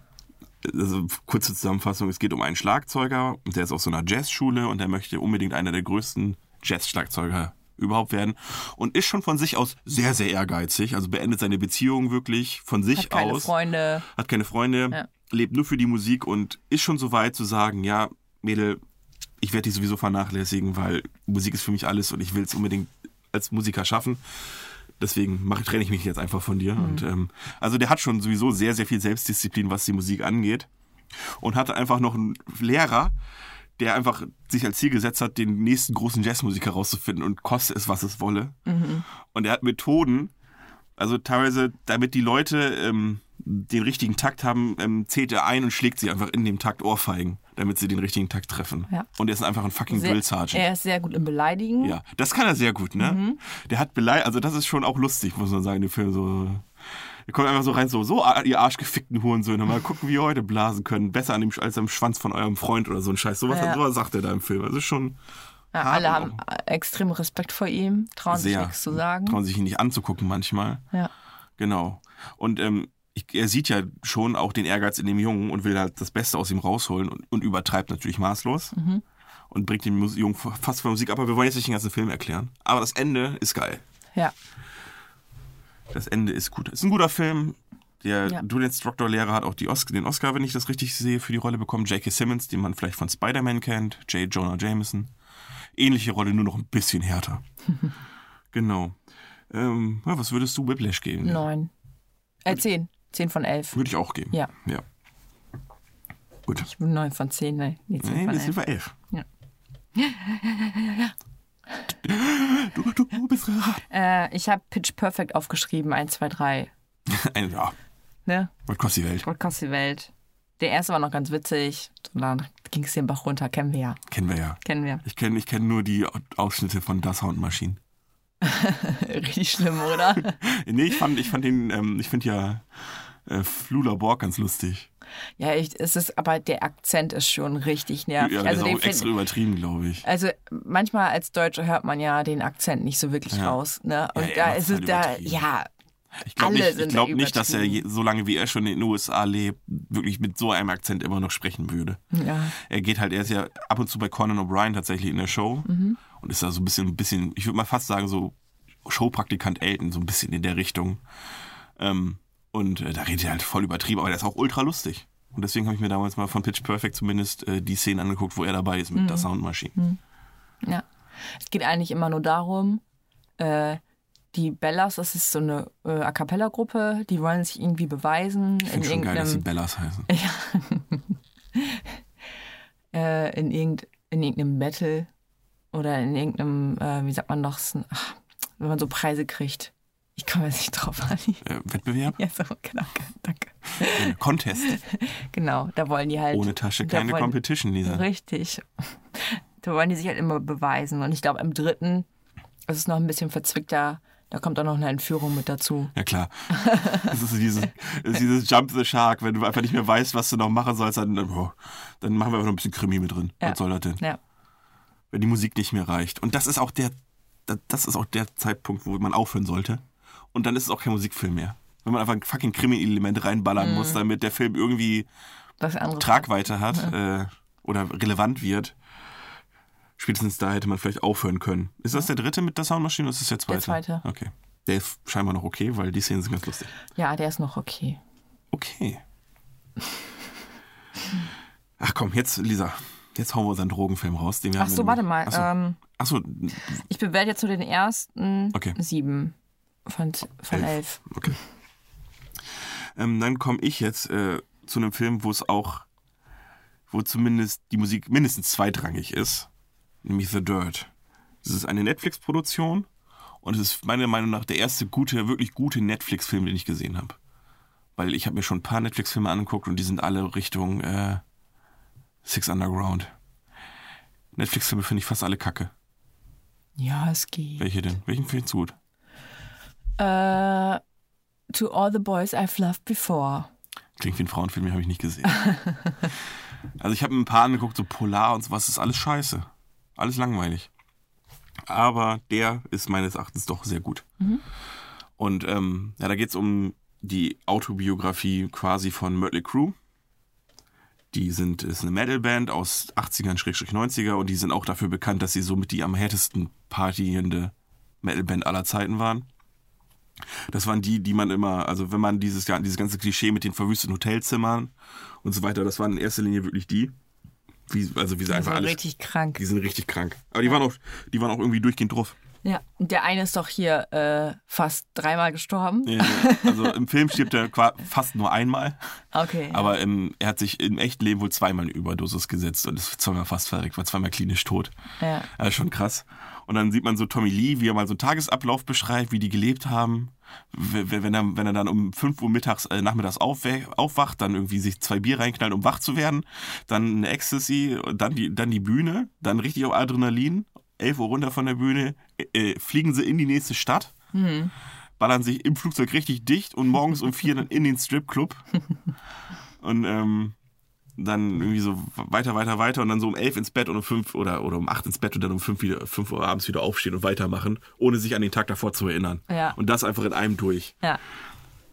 also kurze Zusammenfassung, es geht um einen Schlagzeuger, und der ist aus so einer Jazzschule und der möchte unbedingt einer der größten Jazzschlagzeuger überhaupt werden und ist schon von sich aus sehr, sehr ehrgeizig, also beendet seine Beziehung wirklich von sich
Hat keine
aus,
Freunde.
hat keine Freunde,
Ja.
lebt nur für die Musik und ist schon so weit zu sagen, ja, Mädel, ich werde dich sowieso vernachlässigen, weil Musik ist für mich alles und ich will es unbedingt als Musiker schaffen. Deswegen mach, trenne ich mich jetzt einfach von
Mhm.
dir. Und, ähm, also der hat schon sowieso sehr, sehr viel Selbstdisziplin, was die Musik angeht. Und hatte einfach noch einen Lehrer, der einfach sich als Ziel gesetzt hat, den nächsten großen Jazzmusiker rauszufinden und koste es, was es wolle.
Mhm.
Und er hat Methoden, also teilweise, damit die Leute ähm, den richtigen Takt haben, ähm, zählt er ein und schlägt sie einfach in dem Takt Ohrfeigen, damit sie den richtigen Takt treffen.
Ja.
Und er ist einfach ein fucking
Sehr-
Drill Sergeant.
Er ist sehr gut im Beleidigen.
Ja, das kann er sehr gut, ne?
Mhm.
Der hat beleidigt, also das ist schon auch lustig, muss man sagen, den Film so. Der kommt einfach so rein, so, so, ihr arschgefickten Hurensöhne, mal gucken, wie ihr heute blasen können. Besser an dem, als am Schwanz von eurem Freund oder so ein Scheiß. Sowas,
Ja.
sowas sagt er da im Film. Also schon
Ja,
hart
alle
und
haben extrem Respekt vor ihm, trauen sich
sehr.
nichts zu sagen.
Trauen sich ihn nicht anzugucken manchmal.
ja.
Genau. Und ähm, ich, er sieht ja schon auch den Ehrgeiz in dem Jungen und will halt das Beste aus ihm rausholen und, und übertreibt natürlich maßlos.
Mhm.
Und bringt den Mus- Jungen fast von der Musik ab, aber wir wollen jetzt nicht den ganzen Film erklären. Aber das Ende ist geil.
ja.
Das Ende ist gut. Ist ein guter Film. Der
Ja.
Dual Instructor Lehrer hat auch die Oscar, den Oscar, wenn ich das richtig sehe, für die Rolle bekommen. J.K. Simmons, den man vielleicht von Spider-Man kennt. J. Jonah Jameson. Ähnliche Rolle, nur noch ein bisschen härter. genau. Ähm, ja, was würdest du Whiplash geben?
Neun. Äh, zehn. Zehn von elf.
Würde ich auch geben.
Ja.
ja. Gut.
Neun von zehn, ne? Nee, zehn
Nee,
von
wir
elf.
sind bei elf.
Ja.
Du, du bist rar.
Äh, ich habe Pitch Perfect aufgeschrieben, eins, zwei, drei.
Ein, ja,
Ne?
was kostet die Welt?
Gott kostet die Welt. Der erste war noch ganz witzig. Und dann ging es den Bach runter. Kennen wir ja.
Kennen wir ja.
Kennen wir.
Ich kenne ich kenn nur die Ausschnitte von Das Sound Machine.
Richtig schlimm, oder?
Nee, ich fand, ich fand den, ähm, ich finde ja äh, Flula Borg ganz lustig.
ja, ich, es ist, aber der Akzent ist schon richtig nervig.
ja,
also,
der
den
ist auch extra
find,
übertrieben, glaube ich.
also manchmal als Deutsche hört man ja den Akzent nicht so wirklich
Ja.
raus. Ne? Und
er
da
macht's
ist es
halt
da,
übertrieben.
ja,
Ich glaube
alle
nicht, ich
sind
glaub
da
nicht, dass er, je,
übertrieben.
so lange wie er schon in den USA lebt, wirklich mit so einem Akzent immer noch sprechen würde.
ja.
Er geht halt, er ist ja ab und zu bei Conan O'Brien tatsächlich in der Show
Mhm.
und ist da so ein bisschen, ein bisschen, ich würde mal fast sagen, so Showpraktikant Elton, so ein bisschen in der Richtung. Ähm, und äh, da redet er halt voll übertrieben, aber der ist auch ultra lustig. Und deswegen habe ich mir damals mal von Pitch Perfect zumindest äh, die Szenen angeguckt, wo er dabei ist mit der
Mhm.
Soundmaschine.
Ja. Es geht eigentlich immer nur darum, äh, die Bellas, das ist so eine äh, A Cappella-Gruppe, die wollen sich irgendwie beweisen
Ich
in
finde schon geil, dass sie
irgendeinem,
Bellas heißen.
äh, in, irgend, in irgendeinem Battle oder in irgendeinem, äh, wie sagt man noch, s- ach, wenn man so Preise kriegt. Ich komme jetzt nicht drauf, Ali.
Äh, Wettbewerb?
Ja, so, genau, danke.
Äh, Contest.
Genau, da wollen die halt.
Ohne Tasche
da
keine
wollen-
Competition, Lisa.
Richtig. Da wollen die sich halt immer beweisen. Und ich glaube, im dritten ist es noch ein bisschen verzwickter. Da kommt auch noch eine Entführung mit dazu.
Ja klar. Es ist dieses, es ist dieses Jump the Shark, wenn du einfach nicht mehr weißt, was du noch machen sollst, dann, oh, dann machen wir einfach noch ein bisschen Krimi mit drin.
Ja.
Was soll das denn?
Ja.
Wenn die Musik nicht mehr reicht. Und das ist auch der, da- das ist auch der Zeitpunkt, wo man aufhören sollte. Und dann ist es auch kein Musikfilm mehr. Wenn man einfach ein fucking Krimi-Element reinballern
Mhm.
muss, damit der Film irgendwie
Was andere
Tragweite hat äh, oder relevant wird. Spätestens da hätte man vielleicht aufhören können. Ist das der dritte mit der Soundmaschine oder ist das der zweite?
zweite.
Okay. Der ist scheinbar noch okay, weil die Szenen sind ganz lustig.
Ja, der ist noch okay.
Okay. Ach komm, jetzt, Lisa, jetzt hauen wir unseren Drogenfilm raus. Den wir
Ach
haben
so,
in-
warte mal.
Ach so.
Ähm,
Ach so,
ich bewerte jetzt so den ersten
Okay.
sieben von, von elf.
okay. Ähm, dann komme ich jetzt äh, zu einem Film, wo es auch, wo zumindest die Musik mindestens zweitrangig ist, nämlich The Dirt. Es ist eine Netflix-Produktion und es ist meiner Meinung nach der erste gute, wirklich gute Netflix-Film, den ich gesehen habe. Weil ich habe mir schon ein paar Netflix-Filme angeguckt und die sind alle Richtung äh, Six Underground. Netflix-Filme finde ich fast alle kacke.
Ja, es geht.
Welche denn? Welchen findest du gut?
Äh, to all the boys I've loved before.
Klingt wie ein Frauenfilm, den habe ich nicht gesehen. also ich habe mir ein paar angeguckt, so Polar und sowas, das ist alles scheiße. Alles langweilig. aber der ist meines Erachtens doch sehr gut. Und ähm, ja, da geht es um die Autobiografie quasi von Mötley Crüe. Die sind, ist eine Metalband aus 80ern, Schrägstrich 90er und die sind auch dafür bekannt, dass sie somit die am härtesten partyende Metalband aller Zeiten waren. Das waren die, die man immer, also wenn man dieses, ga- dieses ganze Klischee mit den verwüsteten Hotelzimmern und so weiter, das waren in erster Linie wirklich die. Wie, also wie sie
Das
einfach
war
alles.
richtig krank.
Die sind richtig krank. Aber die waren auch, die waren auch irgendwie durchgehend drauf.
Ja, und der eine ist doch hier äh, fast dreimal gestorben.
Ja, Also im Film stirbt er qua- fast nur einmal,
Okay.
aber ähm, er hat sich im echten Leben wohl zweimal eine Überdosis gesetzt und ist zweimal fast verreckt, war zweimal klinisch tot.
Ja.
Also schon krass. Und dann sieht man so Tommy Lee, wie er mal so einen Tagesablauf beschreibt, wie die gelebt haben. W- w- Wenn er, wenn er dann um 5 Uhr mittags, äh, nachmittags aufwe- aufwacht, dann irgendwie sich zwei Bier reinknallt, um wach zu werden, dann eine Ecstasy, dann die, dann die Bühne, dann richtig auf Adrenalin, 11 Uhr runter von der Bühne, äh, äh, fliegen sie in die nächste Stadt,
Mhm.
ballern sich im Flugzeug richtig dicht und morgens um 4 dann in den Stripclub. Und ähm, dann irgendwie so weiter, weiter, weiter und dann so um elf ins Bett und um fünf oder, oder um acht ins Bett und dann um fünf, wieder, fünf Uhr abends wieder aufstehen und weitermachen, ohne sich an den Tag davor zu erinnern.
Ja.
Und das einfach in einem durch.
ja.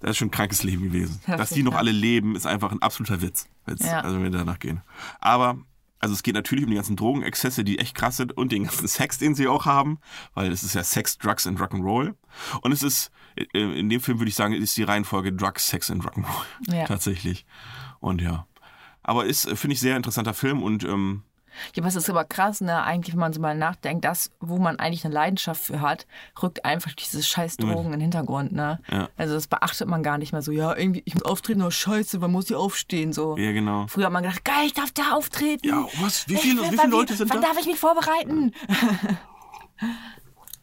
Das ist schon ein krankes Leben gewesen.
Heftig,
Dass die noch
ja.
alle leben, ist einfach ein absoluter Witz, wenn's,
Ja.
also wenn wir danach gehen. Aber, also es geht natürlich um die ganzen Drogenexzesse, die echt krass sind und den ganzen Sex, den sie auch haben, weil es ist ja Sex, Drugs and Rock'n'Roll. Und es ist, äh, in dem Film würde ich sagen, ist die Reihenfolge Drugs, Sex and Rock'n'Roll.
Ja.
Tatsächlich. Und ja. Aber ist, äh, finde ich, sehr interessanter Film und ähm,
Ja, was ist aber krass, ne? Eigentlich, wenn man so mal nachdenkt, das, wo man eigentlich eine Leidenschaft für hat, rückt einfach diese scheiß Drogen in den Hintergrund, ne?
Ja.
Also das beachtet man gar nicht mehr so, ja, irgendwie, ich muss auftreten, oh scheiße, man muss hier aufstehen, so.
ja, genau.
Früher hat man gedacht, geil, ich darf da auftreten.
Ja, was? Wie
Ich
viele-
will-
wie viele
wann-
Leute sind
wann
da?
darf ich mich vorbereiten?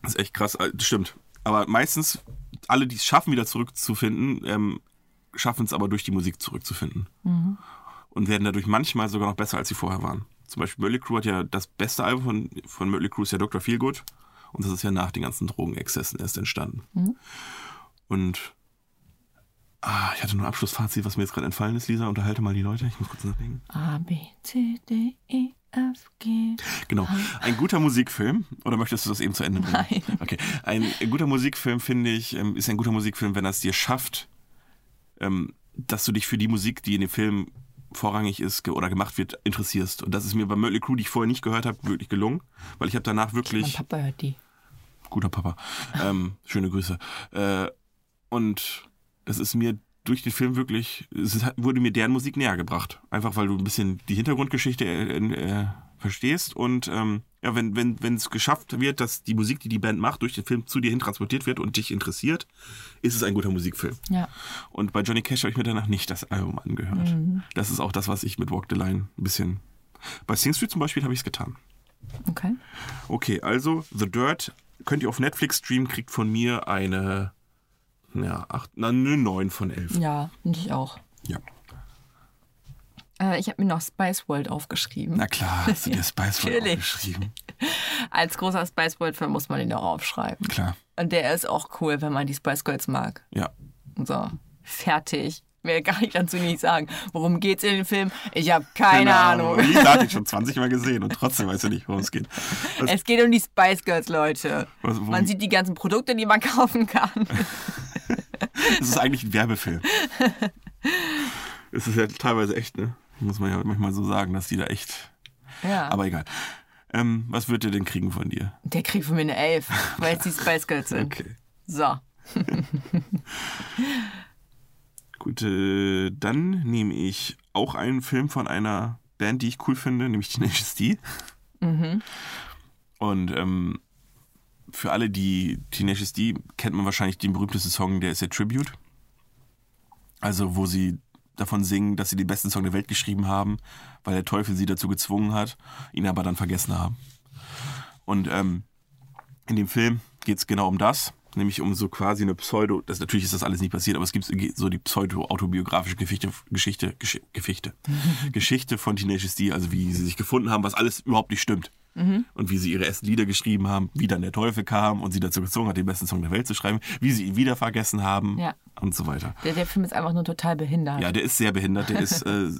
Das ist echt krass, äh, das stimmt. Aber meistens, alle, die es schaffen, wieder zurückzufinden, ähm, schaffen es aber durch die Musik zurückzufinden. Und werden dadurch manchmal sogar noch besser, als sie vorher waren. Zum Beispiel Mötley Crüe hat ja das beste Album von, von Mötley Crüe, ist ja Dr. Feelgood. Und das ist ja nach den ganzen Drogenexzessen erst entstanden. Und ah, ich hatte nur ein Abschlussfazit, was mir jetzt gerade entfallen ist, Lisa. Unterhalte mal die Leute. Ich muss kurz nachdenken.
A, B, C, D, E, F, G.
Genau. Ein guter Musikfilm, oder möchtest du das eben zu Ende bringen?
Nein.
Okay. Ein guter Musikffilm, finde ich, ähm, ist ein guter Musikfilm, wenn er es dir schafft, ähm, dass du dich für die Musik, die in dem Film vorrangig ist ge oder gemacht wird, interessierst. Und das ist mir bei Mötley Crüe, die ich vorher nicht gehört habe, wirklich gelungen, weil ich habe danach
Mein
wirklich...
Papa hört die.
guter Papa. Ähm, schöne Grüße. Äh, und es ist mir durch den Film wirklich, es ist, wurde mir deren Musik näher gebracht. Einfach weil du ein bisschen die Hintergrundgeschichte äh, äh, verstehst und ähm, ja, wenn wenn wenn es geschafft wird, dass die Musik, die die Band macht, durch den Film zu dir hin transportiert wird und dich interessiert, ist es ein guter Musikfilm.
Ja.
Und bei Johnny Cash habe ich mir danach nicht das Album angehört. Das ist auch das, was ich mit Walk the Line ein bisschen. Bei Sing Street zum Beispiel habe ich es getan.
Okay.
Okay, also The Dirt könnt ihr auf Netflix streamen, kriegt von mir eine ja, acht, na, eine 9 von 11.
Ja, und ich auch.
Ja.
Äh, ich habe mir noch Spice World aufgeschrieben.
Na klar, hast du dir Spice World
Natürlich.
aufgeschrieben.
Als großer Spice World-Fan muss man den auch aufschreiben.
Klar,
Und der ist auch cool, wenn man die Spice Girls mag.
ja.
So, fertig. Mehr gar nicht dazu nicht sagen. Worum geht's in dem Film? Ich habe keine, Ahnung.
Lisa hat ihn schon 20 Mal gesehen und trotzdem weiß sie nicht, worum es geht. Das,
Es geht um die Spice Girls, Leute.
Was- worum-
man sieht die ganzen Produkte, die man kaufen kann.
das ist eigentlich ein Werbefilm. Es ist ja teilweise echt, ne? Muss man ja manchmal so sagen, dass die da echt.
Ja.
Aber egal. Ähm, was wird ihr denn kriegen von dir?
Der kriegt von mir eine Elf, weil es die Spice Girls sind. So.
Gut, äh, dann nehme ich auch einen Film von einer Band, die ich cool finde, nämlich Tenacious D. Und ähm, für alle, die Tenacious D kennt man wahrscheinlich den berühmtesten Song, der ist der Tribute. Also, wo sie davon singen, dass sie den besten Song der Welt geschrieben haben, weil der Teufel sie dazu gezwungen hat, ihn aber dann vergessen haben. Und ähm, in dem Film geht es genau um das, nämlich um so quasi eine Pseudo, das, natürlich ist das alles nicht passiert, aber es gibt so die pseudo-autobiografische Geschichte, Geschichte, Gesch- Geschichte, Geschichte von Tenacious D, also wie sie sich gefunden haben, was alles überhaupt nicht stimmt. Und wie sie ihre ersten Lieder geschrieben haben, wie dann der Teufel kam und sie dazu gezwungen hat, den besten Song der Welt zu schreiben, wie sie ihn wieder vergessen haben
Ja.
und so weiter.
Der, der Film ist einfach nur total behindert.
Ja, der ist sehr behindert, der ist, äh,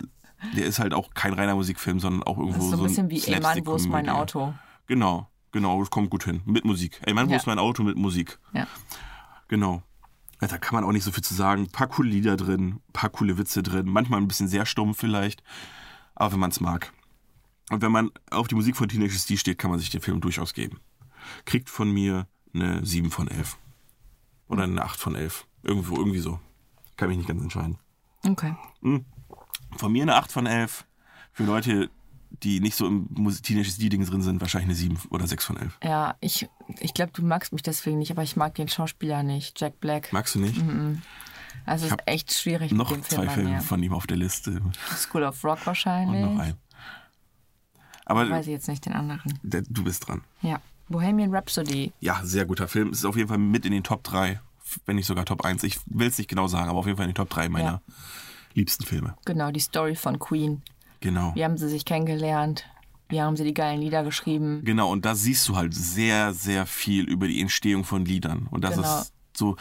der ist halt auch kein reiner Musikfilm, sondern auch irgendwo
das ist so ein bisschen wie Ey Mann, wo ist mein
Slapstick-Komödie.
Auto?
Genau, Genau, das kommt gut hin. Mit Musik. Ey, manchmal
Ja.
ist mein Auto mit Musik.
Ja.
Genau. Ja, Da kann man auch nicht so viel zu sagen. Ein paar coole Lieder drin, ein paar coole Witze drin. Manchmal ein bisschen sehr stumm vielleicht. Aber wenn man es mag. Und wenn man auf die Musik von Teenage D steht, kann man sich den Film durchaus geben. Kriegt von mir eine 7 von 11. Oder eine 8 von 11. Irgendwo, irgendwie so. Kann mich nicht ganz entscheiden.
Okay.
Von mir eine 8 von 11. Für Leute, die nicht so im Mus- Teenage D-Ding drin sind, wahrscheinlich eine 7 oder 6 von 11.
Ja, ich, ich glaube, du magst mich deswegen nicht, aber ich mag den Schauspieler nicht, Jack Black.
Magst du nicht?
Also es ist echt schwierig
Noch
mit dem Film
zwei
bei
Filme
Mhm, mir.
von ihm auf der Liste.
School of Rock
Und
wahrscheinlich.
noch ein. Aber
Weiß ich jetzt nicht den anderen.
der, du bist dran.
Ja. Bohemian Rhapsody.
Ja, sehr guter Film. Es ist auf jeden Fall mit in den Top 3, wenn nicht sogar Top 1. Ich will es nicht genau sagen, aber auf jeden Fall in den Top 3 meiner liebsten Filme.
Genau, die Story von Queen.
Genau.
Wie haben sie sich kennengelernt? Wie haben sie die geilen Lieder geschrieben?
Genau, und da siehst du halt sehr, sehr viel über die Entstehung von Liedern. Und das
Genau.
ist so,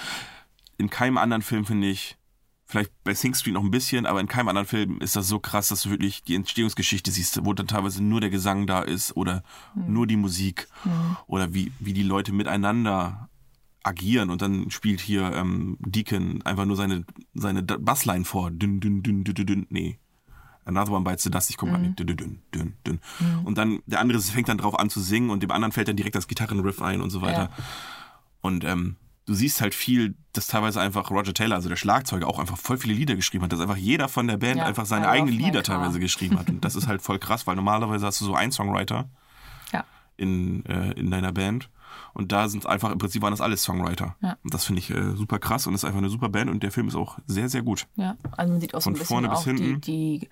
in keinem anderen Film finde ich, vielleicht bei Sing Street noch ein bisschen, aber in keinem anderen Film ist das so krass, dass du wirklich die Entstehungsgeschichte siehst, wo dann teilweise nur der Gesang da ist oder nur die Musik oder wie, wie die Leute miteinander agieren und dann spielt hier ähm, Deacon einfach nur seine, seine D- Bassline vor. Dünn, dünn, dünn, dünn, dünn, dünn. Nee. Another one bites the dust, ich komme
Mhm.
gar nicht. Dünn, dünn, dünn, dünn, dünn. Und dann, der andere fängt dann drauf an zu singen und dem anderen fällt dann direkt das Gitarrenriff ein und so weiter. Und ähm, du siehst halt viel, dass teilweise einfach Roger Taylor, also der Schlagzeuger, auch einfach voll viele Lieder geschrieben hat, dass einfach jeder von der Band
Ja, also
einfach seine
I love
eigenen
my
Lieder
car.
teilweise geschrieben hat. Und das ist halt voll krass, weil normalerweise hast du so einen Songwriter
Ja.
in, äh, in deiner Band. Und da sind einfach, im Prinzip waren das alles Songwriter.
Ja.
Und das finde ich äh, super krass und ist einfach eine super Band und der Film ist auch sehr, sehr gut.
Ja. Also man sieht auch so
Von
ein bisschen
vorne bis
auch
hinten.
Die, die,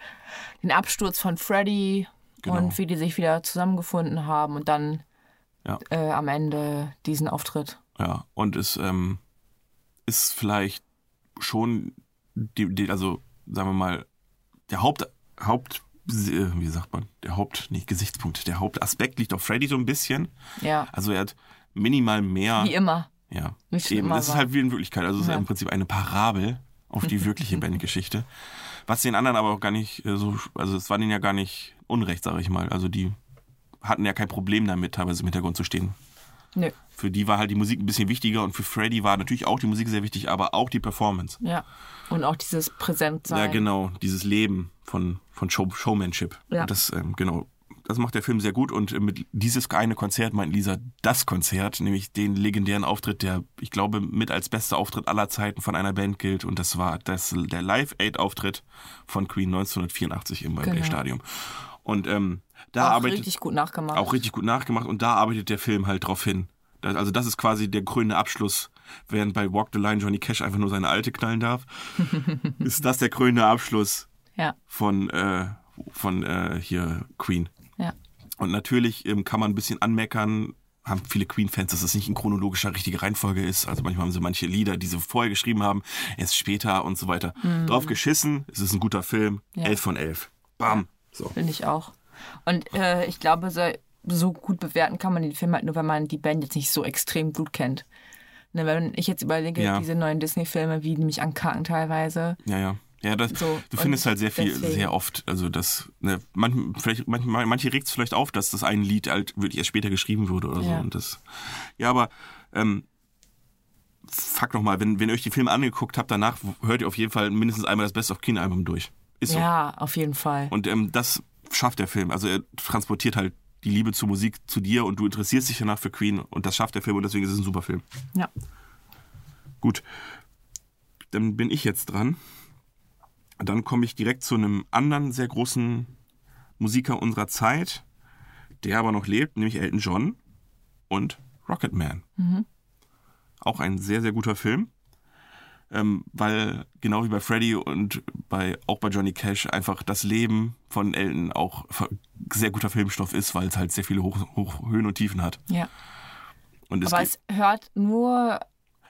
den Absturz von Freddy
Genau.
und wie die sich wieder zusammengefunden haben und dann
Ja.
äh, am Ende diesen Auftritt.
Ja. Und es ähm, ist vielleicht schon, die, die, also sagen wir mal, der Haupt, Haupt, äh, wie sagt man, der Haupt, nicht Gesichtspunkt, der Hauptaspekt liegt auf Freddy so ein bisschen.
Ja.
Also er hat minimal mehr.
Wie immer.
Ja,
Wie es schon
eben.
immer
Das ist
war.
halt wie in Wirklichkeit. Also es
Ja.
ist im Prinzip eine Parabel auf die wirkliche Bandgeschichte. Was den anderen aber auch gar nicht äh, so, also es war denen ja gar nicht unrecht, sage ich mal. Also die hatten ja kein Problem damit, teilweise im Hintergrund zu stehen.
Nö.
Für die war halt die Musik ein bisschen wichtiger und für Freddy war natürlich auch die Musik sehr wichtig, aber auch die Performance.
Ja. Und auch dieses Präsentsein.
Ja, genau, dieses Leben von, von Show, Showmanship.
Ja.
Und Das, ähm, genau, das macht der Film sehr gut und äh, mit dieses eine Konzert meint Lisa das Konzert, nämlich den legendären Auftritt, der, ich glaube, mit als bester Auftritt aller Zeiten von einer Band gilt und das war das, der Live-Aid-Auftritt von Queen 1984 im Wembley
Genau.
Stadium. Und ähm, da
Auch
arbeitet
richtig gut nachgemacht.
auch richtig gut nachgemacht und da arbeitet der Film halt drauf hin. Da- Also das ist quasi der krönende Abschluss, während bei Walk the Line Johnny Cash einfach nur seine alte knallen darf. ist das der krönende Abschluss
Ja.
von, äh, von äh, hier Queen.
Ja.
Und natürlich ähm, kann man ein bisschen anmeckern, haben viele Queen-Fans, dass das nicht in chronologischer richtiger Reihenfolge ist. Also manchmal haben sie manche Lieder, die sie vorher geschrieben haben, erst später und so weiter. Drauf geschissen, es ist ein guter Film,
Ja.
11 von 11. Bam. So.
Finde ich auch. Und äh, ich glaube, so, so gut bewerten kann man den Film halt nur, wenn man die Band jetzt nicht so extrem gut kennt. Ne, wenn ich jetzt überlege,
Ja.
diese neuen Disney-Filme, wie die mich ankacken teilweise.
Ja, ja. Ja, das,
So,
du
und
findest halt sehr viel,
deswegen-
sehr oft, also das, ne, manch, vielleicht, manch, manche regt es vielleicht auf, dass das ein Lied halt wirklich erst später geschrieben wurde oder
Ja.
so. Und das, ja, aber ähm, fuck nochmal, wenn, wenn ihr euch die Filme angeguckt habt, danach hört ihr auf jeden Fall mindestens einmal das Best of King Album durch. Ist so.
Ja, auf jeden Fall.
Und ähm, das schafft der Film. Also er transportiert halt die Liebe zur Musik zu dir und du interessierst dich danach für Queen und das schafft der Film und deswegen ist es ein super Film.
ja.
Gut, dann bin ich jetzt dran. Dann komme ich direkt zu einem anderen sehr großen Musiker unserer Zeit, der aber noch lebt, nämlich Elton John und Rocketman.
Mhm.
Auch ein sehr, sehr guter Film, ähm, weil genau wie bei Freddy und bei, auch bei Johnny Cash einfach das Leben von Elton auch ver- sehr guter Filmstoff ist, weil es halt sehr viele Hoch, Hoch, Höhen und Tiefen hat.
ja.
Und
Aber
geht-
es hört nur,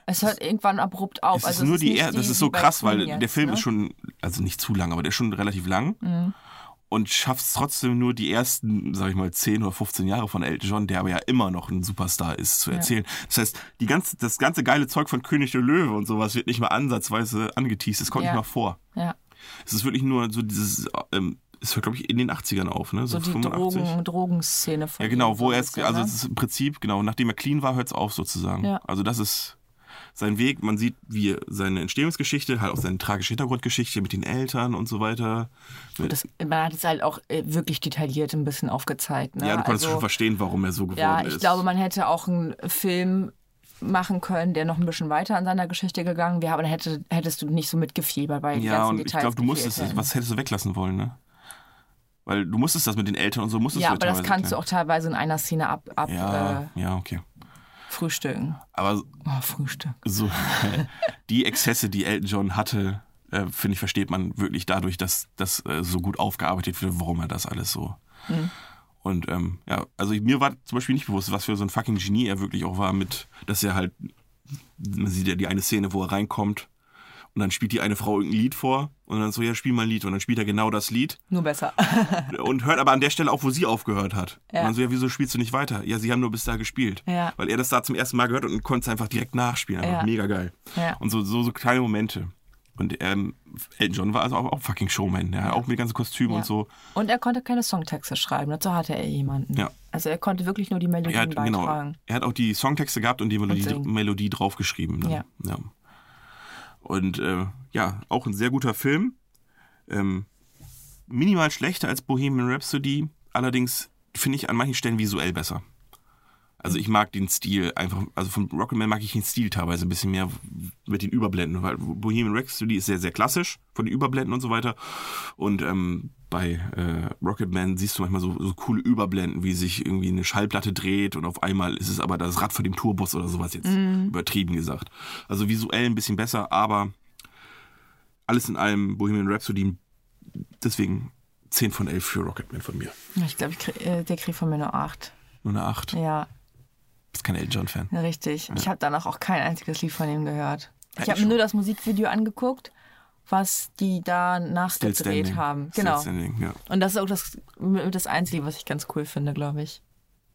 es hört irgendwann abrupt auf.
Es
also
ist nur die,
nicht
er das ist so
wie bei
krass,
Queen
weil
jetzt,
der Film
ne? Mhm.
ist schon, also nicht zu lang, aber der ist schon relativ lang und schafft es trotzdem nur die ersten, sag ich mal, 10 oder 15 Jahre von Elton John, der aber ja immer noch ein Superstar ist, zu erzählen. Das heißt, die ganze, das ganze geile Zeug von König der Löwe und sowas wird nicht mal ansatzweise angeteased, es kommt
Ja.
nicht mal vor.
Ja.
Es ist wirklich nur so dieses, ähm, es hört, glaube ich, in den 80ern auf, ne?
So, die Drogen, Drogenszene von
Ja,
ihm
genau,
so
wo
ein
er es,
bisschen,
also
ne?
es ist im Prinzip, genau, nachdem er clean war, hört es auf sozusagen.
Ja.
Also das ist sein Weg, man sieht, wie seine Entstehungsgeschichte, halt auch seine tragische Hintergrundgeschichte mit den Eltern und so weiter.
das, man hat es halt auch äh, wirklich detailliert ein bisschen aufgezeigt. Ne?
ja, du konntest
also,
schon verstehen, warum er so geworden
Ja,
ist.
ich glaube, man hätte auch einen Film machen können, der noch ein bisschen weiter an seiner Geschichte gegangen wäre, aber dann hätte, hättest du nicht so mitgefiebert bei den
Ja,
ganzen
und ich
Details.
glaube, du
gefehlt
musstest,
hätten.
was hättest du weglassen wollen, ne? Weil du musstest das mit den Eltern und so musstest
Ja,
du
aber das
teilweise
kannst du
erklären.
auch teilweise in einer Szene ab, ab äh,
Ja, ja, okay.
frühstücken.
Aber
Oh, Frühstück.
so die Exzesse, die Elton John hatte, äh, finde ich, versteht man wirklich dadurch, dass das äh, so gut aufgearbeitet wird, warum er das alles so. Und ähm, ja, also ich- mir war zum Beispiel nicht bewusst, was für so ein fucking Genie er wirklich auch war, mit, dass er halt, man sieht ja die eine Szene, wo er reinkommt und dann spielt die eine Frau irgendein Lied vor und dann so, ja, spiel mal ein Lied und dann spielt er genau das Lied
Nur besser.
und hört aber an der Stelle auf, wo sie aufgehört hat.
Ja.
Und dann so, ja, wieso spielst du nicht weiter? Ja, sie haben nur bis da gespielt.
Ja.
Weil er das da zum ersten Mal gehört und konnte es einfach direkt nachspielen. Einfach
Ja.
mega geil.
Ja.
Und so, so, so kleine Momente. Und ähm, Elton John war also auch, auch fucking Showman. Ja. Auch mit ganzen Kostümen
Ja.
und so.
Und er konnte keine Songtexte schreiben, dazu hatte er jemanden.
Ja.
Also er konnte wirklich nur die Melodien
Er hat, genau,
beitragen.
er hat auch die Songtexte gehabt und die Melodie,
singen.
Melodie draufgeschrieben. Dann.
Ja.
ja. Und äh, ja, auch ein sehr guter Film. Ähm, minimal schlechter als Bohemian Rhapsody, allerdings finde ich an manchen Stellen visuell besser. Also ich mag den Stil einfach, also von Rocketman mag ich den Stil teilweise ein bisschen mehr mit den Überblenden, weil Bohemian Rhapsody ist sehr, sehr klassisch von den Überblenden und so weiter. Und ähm, bei äh, Rocketman siehst du manchmal so, so coole Überblenden, wie sich irgendwie eine Schallplatte dreht und auf einmal ist es aber das Rad von dem Tourbus oder sowas jetzt übertrieben gesagt. Also visuell ein bisschen besser, aber alles in allem Bohemian Rhapsody deswegen 10 von 11 für Rocketman von mir.
Ich glaube, ich krieg, äh, der kriegt von mir nur acht.
Nur eine 8.
Ja,
Bist kein Elton John-Fan.
richtig. Ich habe danach auch kein einziges Lied von ihm gehört.
Ja,
Ich habe
ich
mir nur das Musikvideo angeguckt, was die da nachgedreht haben. Genau.
Still standing, ja.
Und das ist auch das, das Einzige, was ich ganz cool finde, glaube ich.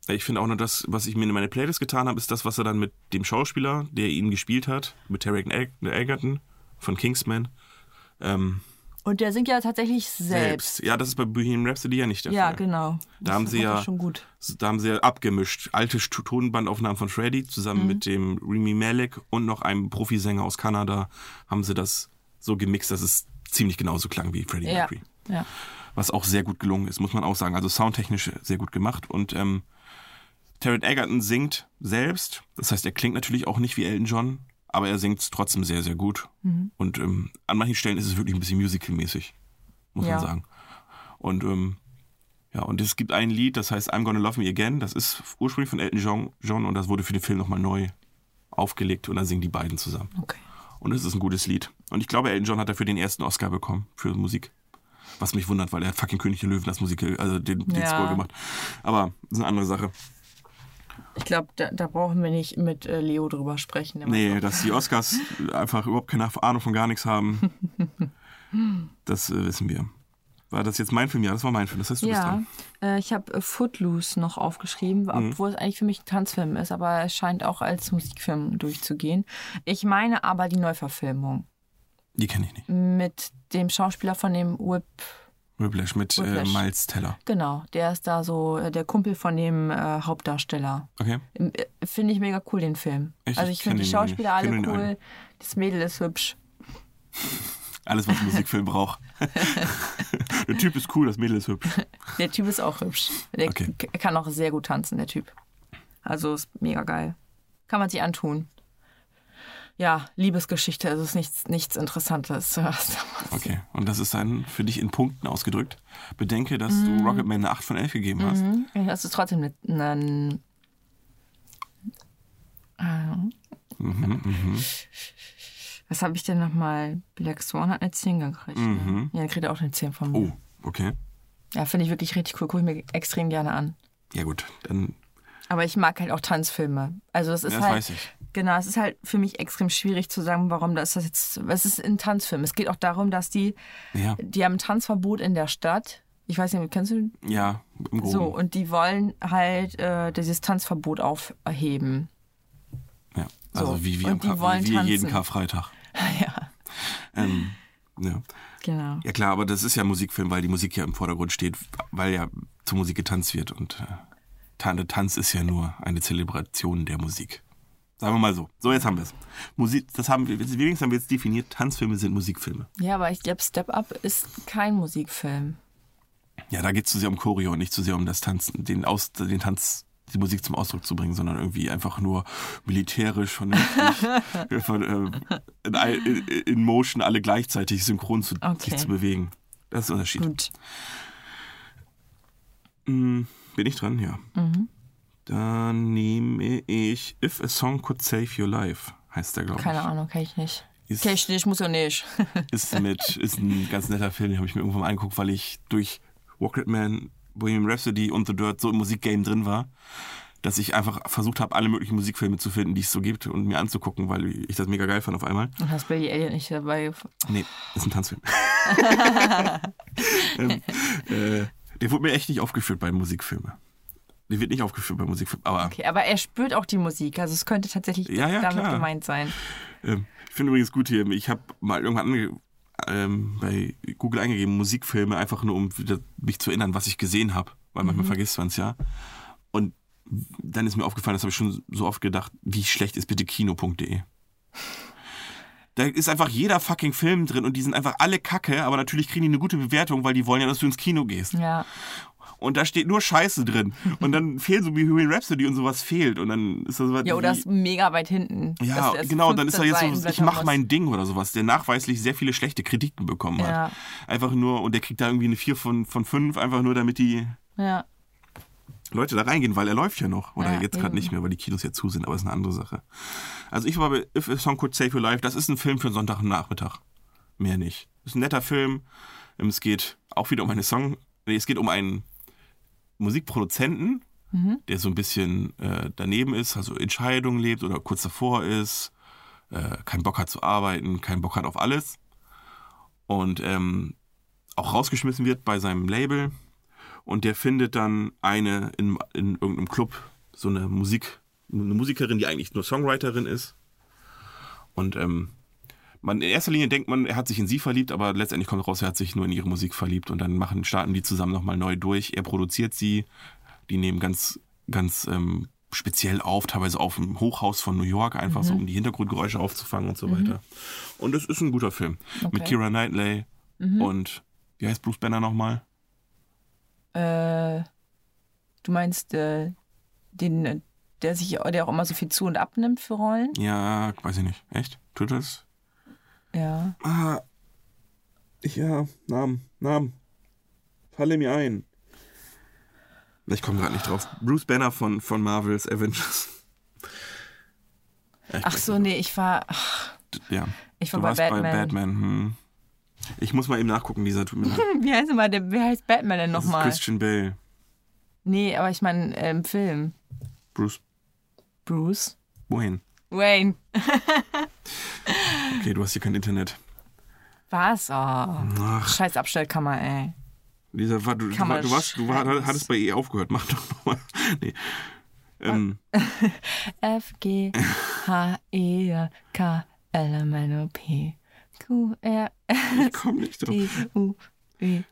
Ich finde auch nur das, was ich mir in meine Playlist getan habe, ist das, was er dann mit dem Schauspieler, der ihn gespielt hat, mit Terry Ag- Egerton von Kingsman, ähm,
Und der singt ja tatsächlich selbst.
selbst. Ja, das ist bei Bohemian Rhapsody ja nicht der
Ja,
Fall.
genau.
Da haben
das
sie
war
ja-
schon gut.
Da haben sie ja abgemischt. Alte Stu- Tonbandaufnahmen von Shreddy
Mhm.
zusammen mit dem Remy Malek und noch einem Profisänger aus Kanada haben sie das so gemixt, dass es ziemlich genauso klang wie Freddie
Ja.
Mercury.
ja.
was auch sehr gut gelungen ist, muss man auch sagen. Also soundtechnisch sehr gut gemacht. Und ähm, Tarrant Egerton singt selbst. Das heißt, er klingt natürlich auch nicht wie Elton John, aber er singt es trotzdem sehr, sehr gut.
Mhm.
Und ähm, an manchen Stellen ist es wirklich ein bisschen musicalmäßig, muss
Ja.
man sagen. Und ähm, ja, und es gibt ein Lied, das heißt I'm Gonna Love Me Again. Das ist ursprünglich von Elton John, John und das wurde für den Film nochmal neu aufgelegt und dann singen die beiden zusammen.
Okay.
Und es ist ein gutes Lied. Und ich glaube, Elton John hat dafür den ersten Oscar bekommen für Musik. Was mich wundert, weil er hat fucking König der Löwen das Musik, also den, den
Ja.
Score gemacht. Aber das ist eine andere Sache.
Ich glaube, da, da brauchen wir nicht mit äh, Leo drüber sprechen. Der
Nee, dass die Oscars einfach überhaupt keine Ahnung von gar nichts haben, das äh, wissen wir. War das jetzt mein Film? Ja, das war mein Film. Das heißt, du bist
Ja,
dran.
äh, ich habe Footloose noch aufgeschrieben,
Mhm.
obwohl es eigentlich für mich ein Tanzfilm ist, aber es scheint auch als Musikfilm durchzugehen. Ich meine aber die Neuverfilmung
Die kenne ich nicht.
mit dem Schauspieler von dem Whip,
Whiplash mit
Whiplash.
Äh, Miles Teller.
genau, der ist da so äh, der Kumpel von dem äh, Hauptdarsteller.
Okay.
Ähm, äh, Finde ich mega cool, den Film.
Echt?
Also ich
Ich
finde
kenn
die
den nicht.
Schauspieler
Ich
alle
kenn den
cool,
einen.
das Mädel ist hübsch.
Alles, was ein Musikfilm braucht. der Typ ist cool, das Mädel ist hübsch.
Der Typ ist auch hübsch. Der
Okay.
k- kann auch sehr gut tanzen, der Typ. Also ist mega geil. Kann man sich antun. Ja, Liebesgeschichte, also ist nichts, nichts Interessantes.
Okay, und das ist dann für dich in Punkten ausgedrückt. Bedenke, dass
Mhm.
du Rocketman eine 8 von 11 gegeben hast.
Das Mhm. ist trotzdem eine, eine,
Mhm,
äh, Was habe ich denn nochmal? Black Swan hat eine 10 gekriegt. Ne? Ja, dann kriegt er auch eine 10 von mir.
Mhm. Oh, okay.
Ja, finde ich wirklich richtig cool. Gucke ich mir extrem gerne an.
Ja gut, dann
Aber ich mag halt auch Tanzfilme. Also das ist
das
halt.
weiß ich.
Genau, es ist halt für mich extrem schwierig zu sagen, warum das das jetzt. Es ist ein Tanzfilm. Es geht auch darum, dass die,
Ja,
die haben ein Tanzverbot in der Stadt. Ich weiß nicht, kennst du?
ja im Groben.
So, und die wollen halt äh, dieses Tanzverbot aufheben.
ja. Also
so.
wie wir,
Und
am
die
Kar-
wollen
wie wir jeden
tanzen.
Karfreitag.
Ja.
Ähm, ja.
Genau.
Ja klar, aber das ist ja ein Musikfilm, weil die Musik ja im Vordergrund steht, weil ja zur Musik getanzt wird und äh, Tan- der Tanz ist ja nur eine Zelebration der Musik. Sagen wir mal so. So, jetzt haben wir es. Musik, das haben wir, wenigstens haben wir jetzt definiert, Tanzfilme sind Musikfilme.
Ja, aber ich glaube, Step Up ist kein Musikfilm.
Ja, da geht es zu sehr um Choreo und nicht zu sehr um das Tanzen, den, Aus, den Tanz, die Musik zum Ausdruck zu bringen, sondern irgendwie einfach nur militärisch vernünftig von, äh, in, all- in, in Motion alle gleichzeitig synchron zu,
Okay.
sich zu bewegen. Das ist der Unterschied.
Gut.
Mm, Bin ich dran? Ja. Dann nehme ich If a Song Could Save Your Life, heißt der, glaube ich.
Keine Ahnung, kann ich nicht.
Ist-
Kann ich nicht, muss ja nicht.
ist mit ist ein ganz netter Film, den habe ich mir irgendwann mal angeguckt, weil ich durch Rocket Man, Bohemian Rhapsody und The Dirt so im Musikgame drin war, dass ich einfach versucht habe, alle möglichen Musikfilme zu finden, die es so gibt und mir anzugucken, weil ich das mega geil fand auf einmal.
Und hast Billy Elliot nicht dabei.
Nee, ist ein Tanzfilm. ähm, äh, der wurde mir echt nicht aufgeführt bei Musikfilmen. Der wird nicht aufgeführt bei Musikfilmen, aber
Okay, aber er spürt auch die Musik. Also es könnte tatsächlich
Ja, ja,
damit
klar.
gemeint sein.
Ähm, ich finde übrigens gut hier, ich habe mal irgendwann ange ähm, bei Google eingegeben, Musikfilme, einfach nur um wieder mich zu erinnern, was ich gesehen habe, weil manchmal
Mhm.
vergisst man es ja. Und dann ist mir aufgefallen, das habe ich schon so oft gedacht, wie schlecht ist bitte kino.de? Da ist einfach jeder fucking Film drin und die sind einfach alle kacke, aber natürlich kriegen die eine gute Bewertung, weil die wollen ja, dass du ins Kino gehst
Ja.
und da steht nur Scheiße drin. Und dann fehlt so Bohemian Rhapsody und sowas fehlt. Und dann ist das was.
Ja, oder
wie-
ist mega weit hinten.
ja,
dass er erst
genau, dann ist er
15
jetzt so,
Seiten
ich mach
blättern
mein Ding oder sowas, der nachweislich sehr viele schlechte Kritiken bekommen hat.
Ja.
Einfach nur, und der kriegt da irgendwie eine 4 von, von 5, einfach nur damit die
muss. Ja.
Leute da reingehen, weil er läuft ja noch. Oder
Ja,
jetzt gerade
eben.
nicht mehr, weil die Kinos ja zu sind, aber ist eine andere Sache. Also ich war bei If a Song Could Save Your Life, das ist ein Film für Sonntagnachmittag. Mehr nicht. Ist ein netter Film. Ähm, Es geht auch wieder um eine Song. Nee, es geht um einen Musikproduzenten,
Mhm.
der so ein bisschen äh, daneben ist, also Entscheidungen lebt oder kurz davor ist, äh, keinen Bock hat zu arbeiten, keinen Bock hat auf alles. Und ähm, auch rausgeschmissen wird bei seinem Label. Und der findet dann eine in, in irgendeinem Club, so eine Musik, eine Musikerin, die eigentlich nur Songwriterin ist. Und ähm, man, in erster Linie denkt man, er hat sich in sie verliebt, aber letztendlich kommt raus, er hat sich nur in ihre Musik verliebt. Und dann machen, starten die zusammen nochmal neu durch. Er produziert sie, die nehmen ganz, ganz ähm, speziell auf, teilweise auf dem Hochhaus von New York, einfach so, um die Hintergrundgeräusche aufzufangen und so weiter. Und es ist ein guter Film. Mit
Okay.
Kira Knightley und, wie heißt Bruce Banner nochmal?
Äh, du meinst äh, den, äh, der sich, der auch immer so viel zu und abnimmt für Rollen?
Ja, weiß ich nicht. Echt? Turtles?
Ja.
Ah. Ja, Namen, Namen. Falle mir ein. Ich komme gerade nicht drauf. Bruce Banner von, von Marvel's Avengers.
Ach so, nee, ich war. Ach,
Ja.
Ich war
du
bei
warst bei
Batman.
Batman. Hm. Ich muss mal eben nachgucken, dieser tut mir leid.
wie heißt denn mal der, wer heißt Batman denn
Das ist
nochmal?
Christian Bale.
Nee, aber ich meine äh, im Film.
Bruce,
Bruce.
wohin?
Wayne.
Okay, du hast hier kein Internet.
Was? Oh.
Ach,
Scheiß Abstellkammer, ey.
Lisa, war, du, du,
Kann
war-
man
du, warst, du war,
schreiben.
hattest bei E aufgehört. Mach doch nochmal. Nee. Ähm,
F, G, H, E, K, L, M, N, O, P, Q, R,
ich komme nicht drauf.
D, U, W.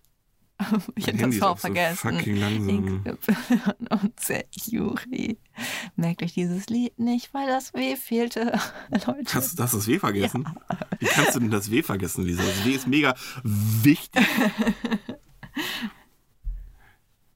Ich
Mein Handy
hab das
ist
auch
auch so
vergessen.
fucking langsam.
X, Y und Z, Juri. Merkt euch dieses Lied nicht, weil das W fehlte. Leute.
Hast du das, das W vergessen? Wie kannst du denn das W vergessen, Lisa? Das W ist mega wichtig.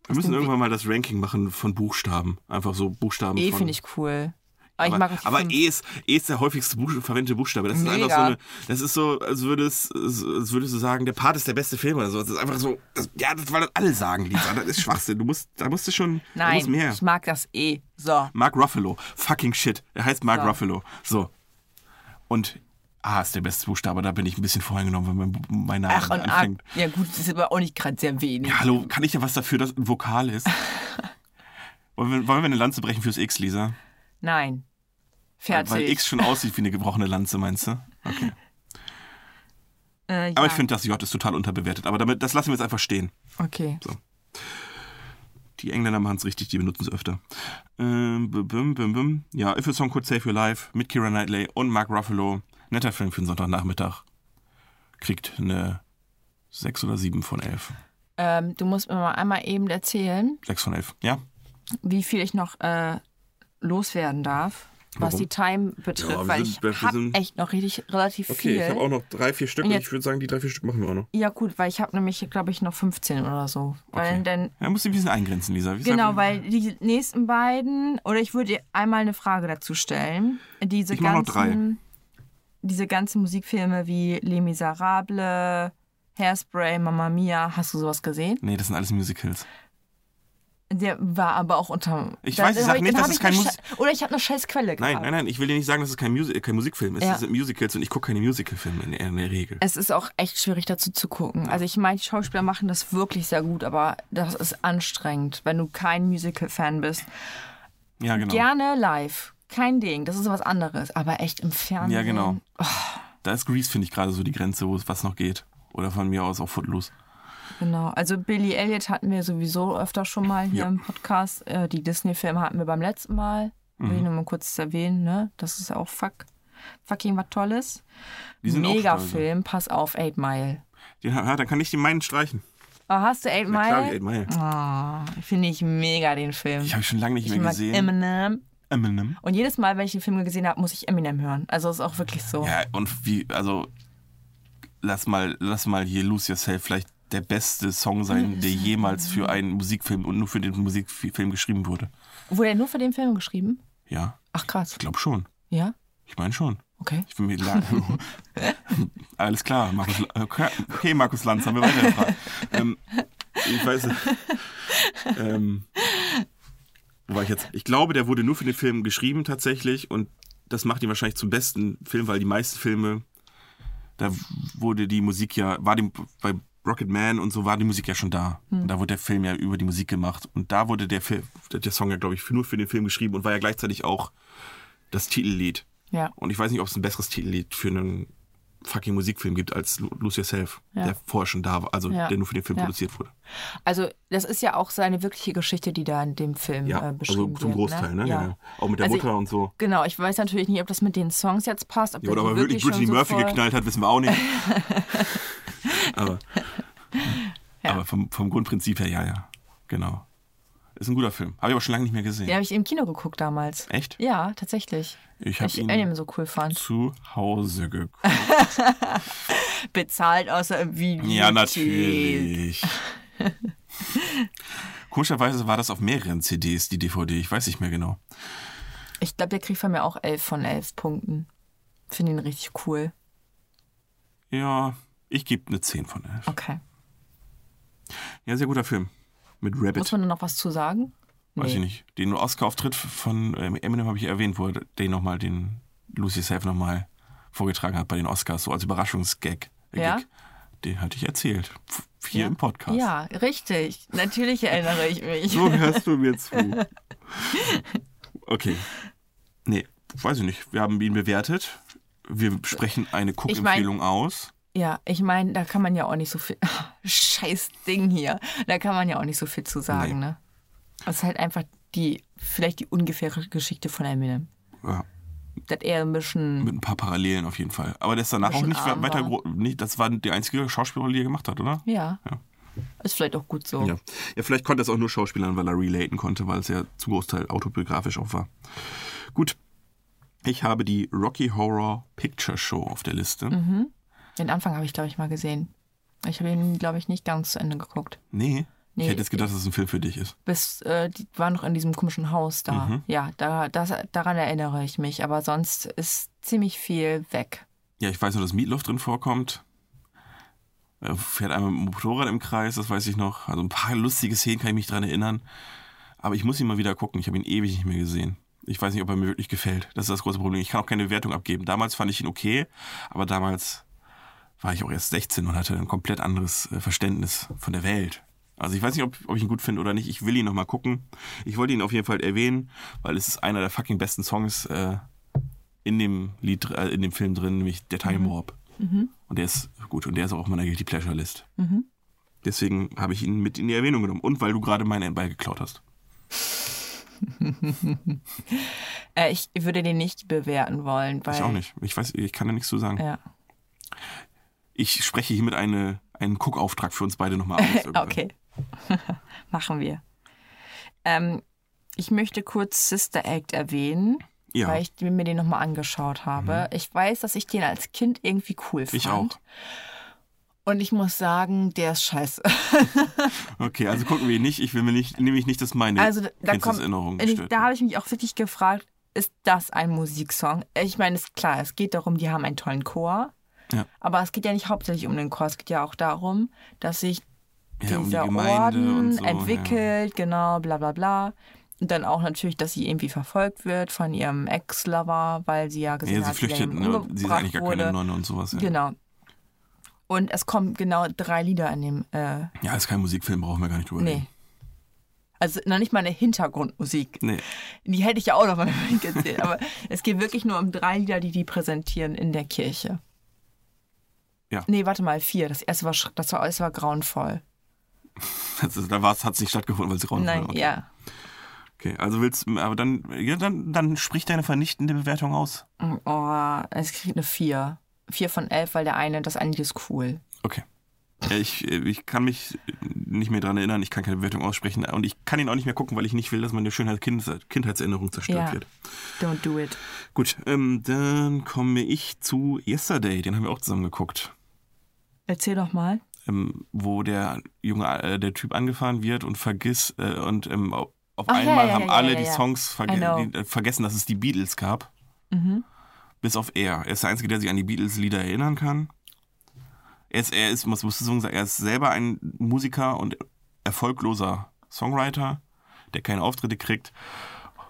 Wir müssen irgendwann mal das Ranking machen von Buchstaben. Einfach so Buchstaben.
E
von-
finde ich cool. Aber, ich
aber,
mag auch die
aber
fünf.
E, ist, e ist der häufigste Buch, verwendete Buchstabe. Das ist einfach
Mega.
so eine. Das ist so, als würdest, als als würdest du sagen, der Part ist der beste Film oder so. Das ist einfach so. Das, ja, das, weil das alle sagen, Lisa. Das ist Schwachsinn. Du musst, da musst du schon. Du musst
Nein,
mehr.
ich mag das E. So.
Mark Ruffalo. Fucking shit. Er heißt Mark
So.
Ruffalo. So. Und A ist der beste Buchstabe, da bin ich ein bisschen voreingenommen, weil mein, mein Name
Ach und A.
anfängt.
Ja gut, das ist aber auch nicht gerade sehr wenig.
Ja, hallo, kann ich ja was dafür, dass ein Vokal ist? wollen, wir, wollen wir eine Lanze brechen fürs X, Lisa? Weil,
Nein. Fertig.
weil X schon aussieht wie eine gebrochene Lanze, meinst du? Okay.
äh, ja.
Aber ich finde, das J ist total unterbewertet. Aber damit, das lassen wir jetzt einfach stehen.
Okay.
Die Engländer machen es richtig, die benutzen es öfter. Ähm, bim, bim, bim, bim. Ja, If a Song Could Save Your Life mit Kira Knightley und Mark Ruffalo. Netter Film für den Sonntagnachmittag. Kriegt eine Sechs oder sieben von elf.
Ähm, du musst mir mal einmal eben erzählen,
Sechs von elf. Ja.
wie viel ich noch äh, loswerden darf, was
Warum?
die Time betrifft,
Ja, wir
weil
sind-
ich
wir- wir
habe
sind-
echt noch richtig relativ
Okay,
viel.
ich habe auch noch drei, vier Stück
Und
und,
jetzt-
ich würde sagen, die drei, vier Stück machen wir auch noch.
ja gut, weil ich habe nämlich, glaube ich, noch 15 oder so. Weil
Okay.
dann
Ja, musst du ein bisschen eingrenzen, Lisa. Wie
Genau,
gesagt,
weil die nächsten beiden, oder ich würde dir einmal eine Frage dazu stellen. Diese
Ich mach noch
ganzen, diese ganzen Musikfilme wie Les Miserables, Hairspray, Mamma Mia, hast du sowas gesehen?
Nee, das sind alles Musicals.
Der war aber auch unter.
Ich
Da-
weiß, ich
da
sag
hab
nicht,
dann
dass
hab
es
ich
kein
eine
Mus-
Sche- Oder ich habe eine scheiß Quelle
Nein,
gehabt.
nein, nein, ich will dir nicht sagen, dass es kein, Musi kein Musikfilm ist.
Ja.
Es sind Musicals und ich gucke keine Musicalfilme in, in der Regel.
Es ist auch echt schwierig dazu zu gucken. Also ich meine, die Schauspieler machen das wirklich sehr gut, aber das ist anstrengend, wenn du kein Musical-Fan bist. Äh,
Ja, genau.
Gerne live, kein Ding, das ist was anderes, aber echt im Fernsehen.
Ja, genau.
Oh.
Da ist Grease, finde ich, gerade so die Grenze, wo es was noch geht. Oder von mir aus auch Footloose.
Genau, also Billy Elliot hatten wir sowieso öfter schon mal hier
Ja.
im Podcast. Äh, die Disney-Filme hatten wir beim letzten Mal. Will
Mhm.
ich nur mal kurz erwähnen, ne? Das ist ja auch fuck, fucking was Tolles.
Die sind auch teilweise.
Mega-Film, pass auf, Eight Mile.
Den, ja, dann kann ich die meinen streichen.
Oh, hast du Eight
Na klar,
Mile?
Eight Mile.
Finde ich mega den Film.
Ich habe schon lange nicht mehr
mag
gesehen.
Eminem.
Eminem.
Und jedes Mal, wenn ich den Film gesehen habe, muss ich Eminem hören. Also ist auch wirklich so.
Ja, und wie, also, lass mal, lass mal hier Lose Yourself vielleicht der beste Song sein, der jemals für einen Musikfilm und nur für den Musikfilm geschrieben wurde.
Wurde er nur für den Film geschrieben?
Ja,
Ach krass.
ich glaube schon.
Ja?
Ich meine schon.
Okay.
Ich bin mir la- Alles klar, Markus. L- Okay, okay, Markus Lanz, haben wir weitere Fragen. ähm, ich weiß nicht. Ähm, wo war ich jetzt? Ich glaube, der wurde nur für den Film geschrieben tatsächlich und das macht ihn wahrscheinlich zum besten Film, weil die meisten Filme, da wurde die Musik ja, war die, bei Rocket Man und so war die Musik ja schon da. Und da wurde der Film ja über die Musik gemacht und da wurde der, Film, der Song ja, glaube ich, nur für den Film geschrieben und war ja gleichzeitig auch das Titellied.
Ja.
Und ich weiß nicht, ob es ein besseres Titellied für einen fucking Musikfilm gibt als Lo- Lose Yourself,
Ja.
der vorher schon da war, also
Ja.
der nur für den Film
Ja.
produziert wurde.
Also das ist ja auch seine wirkliche Geschichte, die da in dem Film
Ja,
äh,
also
beschrieben
zum
wird.
Großteil, ne?
Ja.
Ja. Auch mit der
Also
Mutter und so.
Genau, ich weiß natürlich nicht, ob das mit den Songs jetzt passt. Ob
Ja, oder
die
ob er wirklich
schon
Brittany
so
Murphy
voll-
geknallt hat, wissen wir auch nicht. aber aber vom, vom Grundprinzip her, ja, ja. Genau. Ist ein guter Film. Habe ich aber schon lange nicht mehr gesehen.
Den habe ich im Kino geguckt damals.
Echt?
Ja, tatsächlich.
Ich habe
Weil ich
ihn
Eminem so cool fand.
zu Hause geguckt.
Bezahlt außer im Video.
Ja, natürlich. Komischerweise war das auf mehreren CDs, die DVD. Ich weiß nicht mehr genau.
Ich glaube, der kriegt von mir auch 11 von 11 Punkten. Finde ihn richtig cool.
Ja, ich gebe eine 10 von 11.
Okay.
Ja, sehr guter Film. Mit
Muss
Rabbit.
man da noch was zu sagen?
Weiß ich nicht. Den Oscar-Auftritt von ähm, Eminem habe ich erwähnt, wo er den nochmal, den Lucy Self nochmal vorgetragen hat bei den Oscars, so als Überraschungsgag. Äh,
Ja?
Gag. Den hatte ich erzählt. F- Hier
Ja.
im Podcast.
Ja, richtig. Natürlich erinnere ich mich.
So hörst du mir zu. Okay. Nee, weiß ich nicht. Wir haben ihn bewertet. Wir sprechen eine
Ich mein-
Cook-Empfehlung aus.
Ja, ich meine, da kann man ja auch nicht so viel. Scheiß Ding hier. Da kann man ja auch nicht so viel zu sagen, ne? Das ist halt einfach die, vielleicht die ungefähre Geschichte von Eminem.
Ja,
Dass er ein bisschen.
mit ein paar Parallelen auf jeden Fall. Aber der ist danach auch
Bisschen
nicht
arm
weiter
war.
gro- nee, Das war die einzige Schauspielrolle, die er gemacht hat, oder?
Ja. Ist vielleicht auch gut so.
Ja. ja, vielleicht konnte es auch nur Schauspielern, weil er relaten konnte, weil es ja zum Großteil autobiografisch auch war. Gut. Ich habe die Rocky Horror Picture Show auf der Liste.
Mhm. Den Anfang habe ich, glaube ich, mal gesehen. Ich habe ihn, glaube ich, nicht ganz zu Ende geguckt.
Nee.
Nee.
Ich hätte jetzt gedacht, dass es ein Film für dich ist.
Bis, äh, die waren noch in diesem komischen Haus da. Ja, da, das, daran erinnere ich mich. Aber sonst ist ziemlich viel weg.
Ja, ich weiß nur, dass Meatloaf drin vorkommt. Er fährt einmal mit dem Motorrad im Kreis, das weiß ich noch. Also ein paar lustige Szenen kann ich mich dran erinnern. Aber ich muss ihn mal wieder gucken. Ich habe ihn ewig nicht mehr gesehen. Ich weiß nicht, ob er mir wirklich gefällt. Das ist das große Problem. Ich kann auch keine Wertung abgeben. Damals fand ich ihn okay, aber damals war ich auch erst 16 und hatte ein komplett anderes äh, Verständnis von der Welt. Also ich weiß nicht, ob, ob ich ihn gut finde oder nicht. Ich will ihn nochmal gucken. Ich wollte ihn auf jeden Fall erwähnen, weil es ist einer der fucking besten Songs äh, in dem Lied, dr- äh, in dem Film drin, nämlich
Mhm.
der Time Warp. Und der ist gut und der ist auch auf meiner Guilty Pleasure List.
Mhm.
Deswegen habe ich ihn mit in die Erwähnung genommen und weil du gerade meinen Ball geklaut hast.
Äh, ich würde den nicht bewerten wollen, weil. Äh.
Ich auch nicht. Ich weiß, ich kann da nichts zu sagen.
Ja.
Ich spreche hiermit eine, einen Cook-Auftrag für uns beide nochmal aus. irgendwann.
Okay. Machen wir. Ähm, ich möchte kurz Sister Act erwähnen,
Ja. Mhm.
weil ich mir den nochmal angeschaut habe. Ich weiß, dass ich den als Kind irgendwie cool fand.
Ich auch.
Und ich muss sagen, der ist scheiße.
Okay, also gucken wir ihn nicht. Ich will mir nicht, nämlich nicht, dass meine
Also da kommt,
Kindheitserinnerungen
ich-
gestört
da
werden.
habe ich mich auch wirklich gefragt, ist das ein Musiksong? Ich meine, ist klar, es geht darum, die haben einen tollen Chor.
Ja.
Aber es geht ja nicht hauptsächlich um den Chor, es geht ja auch darum, dass sich
Ja, um die
dieser
Gemeinde und
Orden
so. Ja.
entwickelt, genau, bla bla bla. Und dann auch natürlich, dass sie irgendwie verfolgt wird von ihrem Ex-Lover, weil sie ja gesehen
Ja, sie
hat, wie er
flüchtet,
eben
ne?
umgebracht
Sie ist eigentlich gar
wurde.
keine Nonne und sowas. Ja,
Genau. Und es kommen genau drei Lieder in dem äh,
ja ist kein Musikfilm, brauchen wir gar nicht drüber
Nee.
reden.
Also noch nicht mal eine Hintergrundmusik.
Nee.
Die hätte ich ja auch noch mal mitgezählt. aber es geht wirklich nur um drei Lieder, die die präsentieren in der Kirche.
Ja.
Nee, warte mal, vier. Das erste war, sch- das war, das war grauenvoll.
Das ist, Also da hat es nicht stattgefunden, weil sie raus
Nein,
okay.
ja.
Okay, also willst aber dann, ja, dann, dann sprich deine vernichtende Bewertung aus.
Oh, es kriegt eine vier. Vier von elf, weil der eine, das eine Lied ist cool.
Okay. Ja, Ich, äh, ich kann mich nicht mehr dran erinnern, ich kann keine Bewertung aussprechen und ich kann ihn auch nicht mehr gucken, weil ich nicht will, dass meine schöne Kindheit, Kindheitserinnerung zerstört
Ja.
wird.
Don't do it.
Gut, ähm, dann komme ich zu Yesterday, den haben wir auch zusammen geguckt.
Erzähl doch mal.
ähm, wo der junge, äh, der Typ angefahren wird und vergisst äh, und ähm, au- auf
Ach, ja,
einmal
ja,
haben
ja,
alle
ja,
die
ja.
Songs verge
I know.
die, äh, vergessen, dass es die Beatles gab.
Mhm.
Bis auf er. Er ist der Einzige, der sich an die Beatles-Lieder erinnern kann. Er ist, er ist, muss, muss ich so sagen, er ist selber ein Musiker und erfolgloser Songwriter, der keine Auftritte kriegt.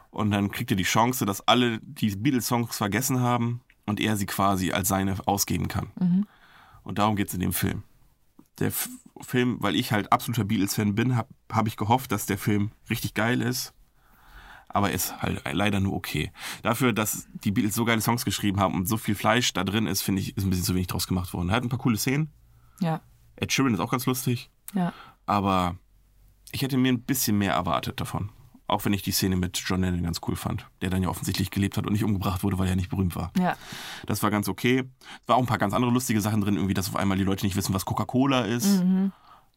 Und dann kriegt er die Chance, dass alle die Beatles-Songs vergessen haben und er sie quasi als seine ausgeben kann.
Mhm.
Und darum geht es in dem Film. Der F Film, weil ich halt absoluter Beatles-Fan bin, habe hab ich gehofft, dass der Film richtig geil ist. Aber er ist halt leider nur okay. Dafür, dass die Beatles so geile Songs geschrieben haben und so viel Fleisch da drin ist, finde ich, ist ein bisschen zu wenig draus gemacht worden. Er hat ein paar coole Szenen.
Ja.
Ed Sheeran ist auch ganz lustig.
Ja.
Aber ich hätte mir ein bisschen mehr erwartet davon. Auch wenn ich die Szene mit John Lennon ganz cool fand, der dann ja offensichtlich gelebt hat und nicht umgebracht wurde, weil er nicht berühmt war.
Ja.
Das war ganz okay. Es war auch ein paar ganz andere lustige Sachen drin, irgendwie, dass auf einmal die Leute nicht wissen, was Coca-Cola ist.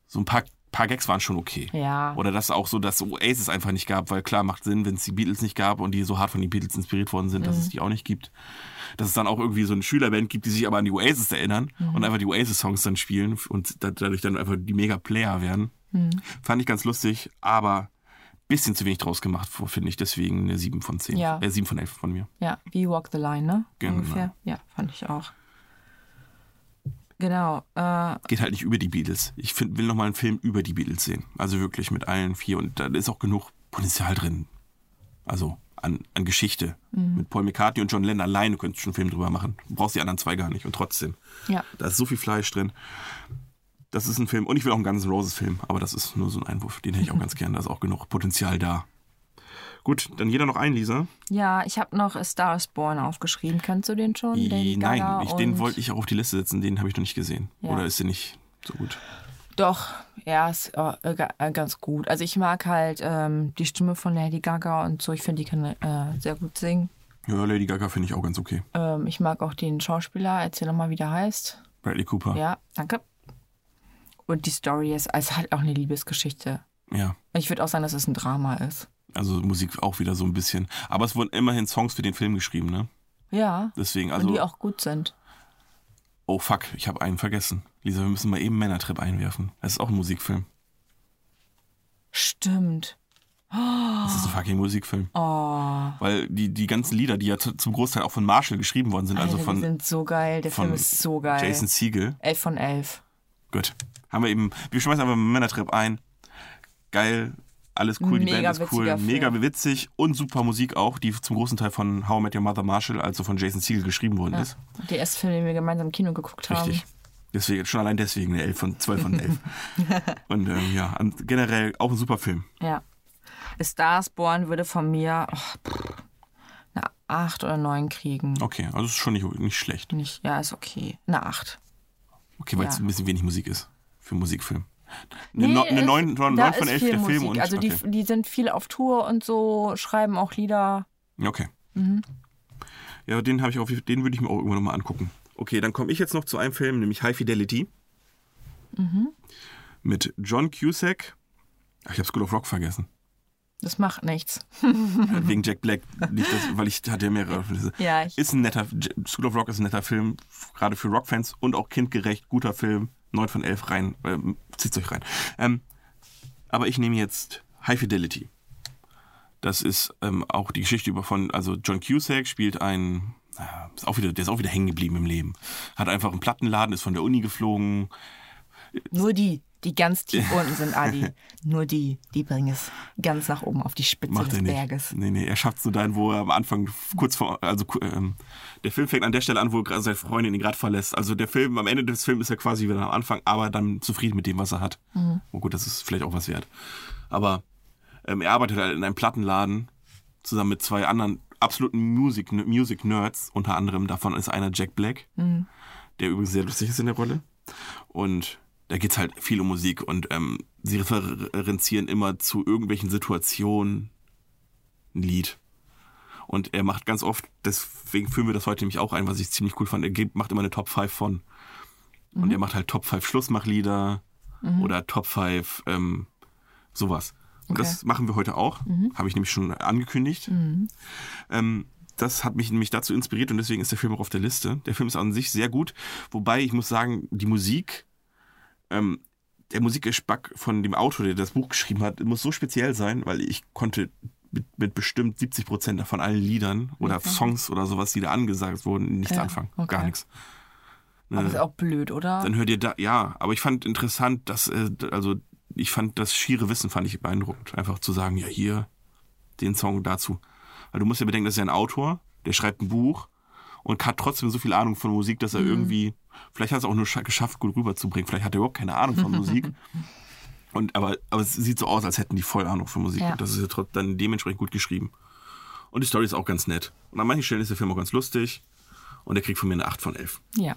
So ein paar, paar Gags waren schon okay.
Ja.
Oder dass auch so, dass Oasis einfach nicht gab, weil klar macht Sinn, wenn es die Beatles nicht gab und die so hart von den Beatles inspiriert worden sind,
Mhm.
dass es die auch nicht gibt. Dass es dann auch irgendwie so eine Schülerband gibt, die sich aber an die Oasis erinnern
Mhm.
und einfach die Oasis-Songs dann spielen und da, dadurch dann einfach die Mega-Player werden.
Mhm.
Fand ich ganz lustig, aber bisschen zu wenig draus gemacht, finde ich. Deswegen eine 7 von 10.
Ja.
Äh, 7 von 11 von mir.
Ja, wie Walk the Line, ne?
Genau.
Ungefähr. Ja, fand ich auch. Genau. Äh,
geht halt nicht über die Beatles. Ich find, will nochmal einen Film über die Beatles sehen. Also wirklich mit allen vier. Und da ist auch genug Potenzial drin. Also an, an Geschichte.
Mhm.
Mit Paul McCartney und John Lennon alleine könntest du schon einen Film drüber machen. Du brauchst die anderen zwei gar nicht. Und trotzdem,
ja.
da ist so viel Fleisch drin. Das ist ein Film. Und ich will auch einen ganzen Roses-Film. Aber das ist nur so ein Einwurf. Den hätte ich auch ganz gern. Da ist auch genug Potenzial da. Gut, dann jeder noch einen, Lisa.
Ja, ich habe noch A Star is Born aufgeschrieben. Kennst du den schon? Lady Gaga
Nein, ich, den
und-
wollte ich auch auf die Liste setzen. Den habe ich noch nicht gesehen.
Ja.
Oder ist der nicht so gut?
Doch, ja, ist äh, ga- äh, ganz gut. Also ich mag halt ähm, die Stimme von Lady Gaga und so. Ich finde, die kann äh, sehr gut singen.
Ja, Lady Gaga finde ich auch ganz okay.
Ähm, ich mag auch den Schauspieler. Erzähl nochmal, wie der heißt.
Bradley Cooper.
Ja, danke. Und die Story ist, es ist halt auch eine Liebesgeschichte.
Ja,
Ich würde auch sagen, dass es ein Drama ist.
also Musik auch wieder so ein bisschen. Aber es wurden immerhin Songs für den Film geschrieben, ne?
Ja,
Deswegen,
und die
also.
auch gut sind.
Oh fuck, ich habe einen vergessen. Lisa, wir müssen mal eben Männertrip einwerfen. Das ist auch ein Musikfilm.
Stimmt.
Das ist ein fucking Musikfilm.
Oh,
Weil die, die ganzen Lieder, die ja zu- zum Großteil auch von Marshall geschrieben worden sind, also
Alter, die
von,
sind so geil. Der
von
Film ist so geil.
Jason Siegel.
Elf von elf.
Gut. Haben wir eben. Wir schmeißen einfach Männertrip ein. Geil. Alles cool, die
Mega
Band ist cool,
witziger Film.
mega witzig und super Musik auch, die zum großen Teil von How I Met Your Mother Marshall, also von Jason Siegel, geschrieben worden ist.
Der erste Film, den wir gemeinsam im Kino geguckt haben.
Richtig. Deswegen, schon allein deswegen eine 11 von 12 von 11. und ähm, ja, an- generell auch ein super Film.
Ja. A Star is Born würde von mir oh, pff, eine 8 oder 9 kriegen.
Okay, also ist schon nicht, nicht schlecht.
Nicht, ja, ist okay. Eine 8.
Okay, weil es
Ja.
ein bisschen wenig Musik ist für Musikfilm. Eine,
Nee,
no, eine
es-
9, von
da
11
ist
der
viel
Film
Musik.
und
Also die,
okay.
die sind viel auf Tour und so, schreiben auch Lieder. Mhm.
okay. Ja, den habe ich auf, den würde ich mir auch irgendwann nochmal angucken. Okay, dann komme ich jetzt noch zu einem Film, nämlich High Fidelity.
Mhm.
Mit John Cusack. Ach, ich habe School of Rock vergessen. Äh,
Das macht nichts.
Wegen Jack Black, liegt das, weil ich hatte ja mehrere. Auflöse.
Ja, ich-
Ist ein netter, School of Rock ist ein netter Film, gerade für Rockfans und auch kindgerecht, guter Film. 9 von 11 rein, ähm, zieht's euch rein. Ähm, aber ich nehme jetzt High Fidelity. Das ist ähm, auch die Geschichte über von, also John Cusack spielt einen, naja, ist auch wieder, der ist auch wieder hängen geblieben im Leben. Hat einfach einen Plattenladen, ist von der Uni geflogen,
Nur die, die ganz tief unten sind, Adi. Nur die, die bringen es ganz nach oben auf die Spitze
Macht
des
er nicht.
Berges.
Nee, nee, er schafft es nur dahin, wo er am Anfang kurz vor. Also ku- ähm, der Film fängt an der Stelle an, wo gerade seine Freundin ihn gerade verlässt. Also der Film, am Ende des Films ist er quasi wieder am Anfang, aber dann zufrieden mit dem, was er hat. Oh gut, das ist vielleicht auch was wert. Aber ähm, er arbeitet halt in einem Plattenladen zusammen mit zwei anderen absoluten Music, Music Nerds. Unter anderem davon ist einer Jack Black, der übrigens sehr lustig ist in der Rolle. Und da geht es halt viel um Musik und ähm, sie referenzieren immer zu irgendwelchen Situationen ein Lied. Und er macht ganz oft, deswegen führen wir das heute nämlich auch ein, was ich ziemlich cool fand. Er gibt- macht immer eine Top 5 von. Und er macht halt Top 5 Schlussmachlieder oder Top 5 ähm, sowas. Und das machen wir heute auch. Habe ich nämlich schon angekündigt. Ähm, das hat mich nämlich dazu inspiriert und deswegen ist der Film auch auf der Liste. Der Film ist an sich sehr gut. Wobei ich muss sagen, die Musik, ähm, der Musikgeschmack von dem Autor, der das Buch geschrieben hat, muss so speziell sein, weil ich konnte mit, mit bestimmt 70 Prozent von allen Liedern oder Songs oder sowas, die da angesagt wurden, nichts
Ja,
anfangen.
okay.
Gar nichts.
Aber
Äh,
ist auch blöd, oder?
dann hört ihr da, ja, aber ich fand interessant, dass, äh, d- also ich fand das schiere Wissen fand ich beeindruckend. Einfach zu sagen, ja, hier, den Song dazu. Weil du musst ja bedenken, das ist ja ein Autor, der schreibt ein Buch und hat trotzdem so viel Ahnung von Musik, dass er irgendwie, vielleicht hat er es auch nur scha- geschafft, gut rüberzubringen. Vielleicht hat er überhaupt keine Ahnung von Musik. Und, aber, aber es sieht so aus, als hätten die voll Ahnung von Musik.
Ja.
Und das ist ja trotz, dann dementsprechend gut geschrieben. Und die Story ist auch ganz nett. Und an manchen Stellen ist der Film auch ganz lustig. Und der kriegt von mir eine 8 von 11.
Ja.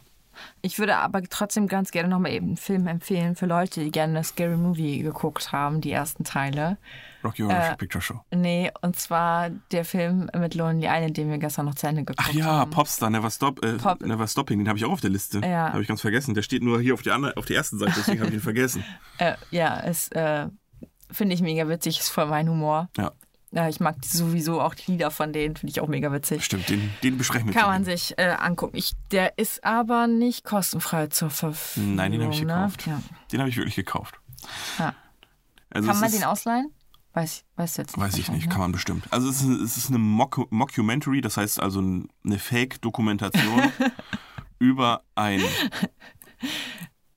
Ich würde aber trotzdem ganz gerne nochmal eben einen Film empfehlen für Leute, die gerne Scary Movie geguckt haben, die ersten Teile.
Rocky Horror Picture Show.
Nee, und zwar der Film mit Lonely Island, den wir gestern noch zu Ende geguckt
Ach ja,
haben.
Popstar, Never, Stop, äh,
Pop-
Never Stopping, den habe ich auch auf der Liste.
Ja.
Habe ich ganz vergessen. Der steht nur hier auf der, andere, auf der ersten Seite, deswegen habe ich ihn vergessen.
Äh, ja, ist, äh, finde ich mega witzig, ist voll mein Humor.
Ja,
Ja, ich mag die sowieso auch die Lieder von denen, finde ich auch mega witzig.
stimmt, den, den besprechen wir.
Kann man sich äh, angucken. Ich, der ist aber nicht kostenfrei zur Verfügung.
Nein, den habe ich
ne?
gekauft.
Ja.
Den habe ich wirklich gekauft.
Ja.
Also
Kann
es
man
ist,
den ausleihen? Weiß, weiß jetzt nicht.
Weiß ich nicht,
wahrscheinlich,
kann man bestimmt. Also es ist, es ist eine Mock Mockumentary, das heißt also ein- eine Fake-Dokumentation über ein,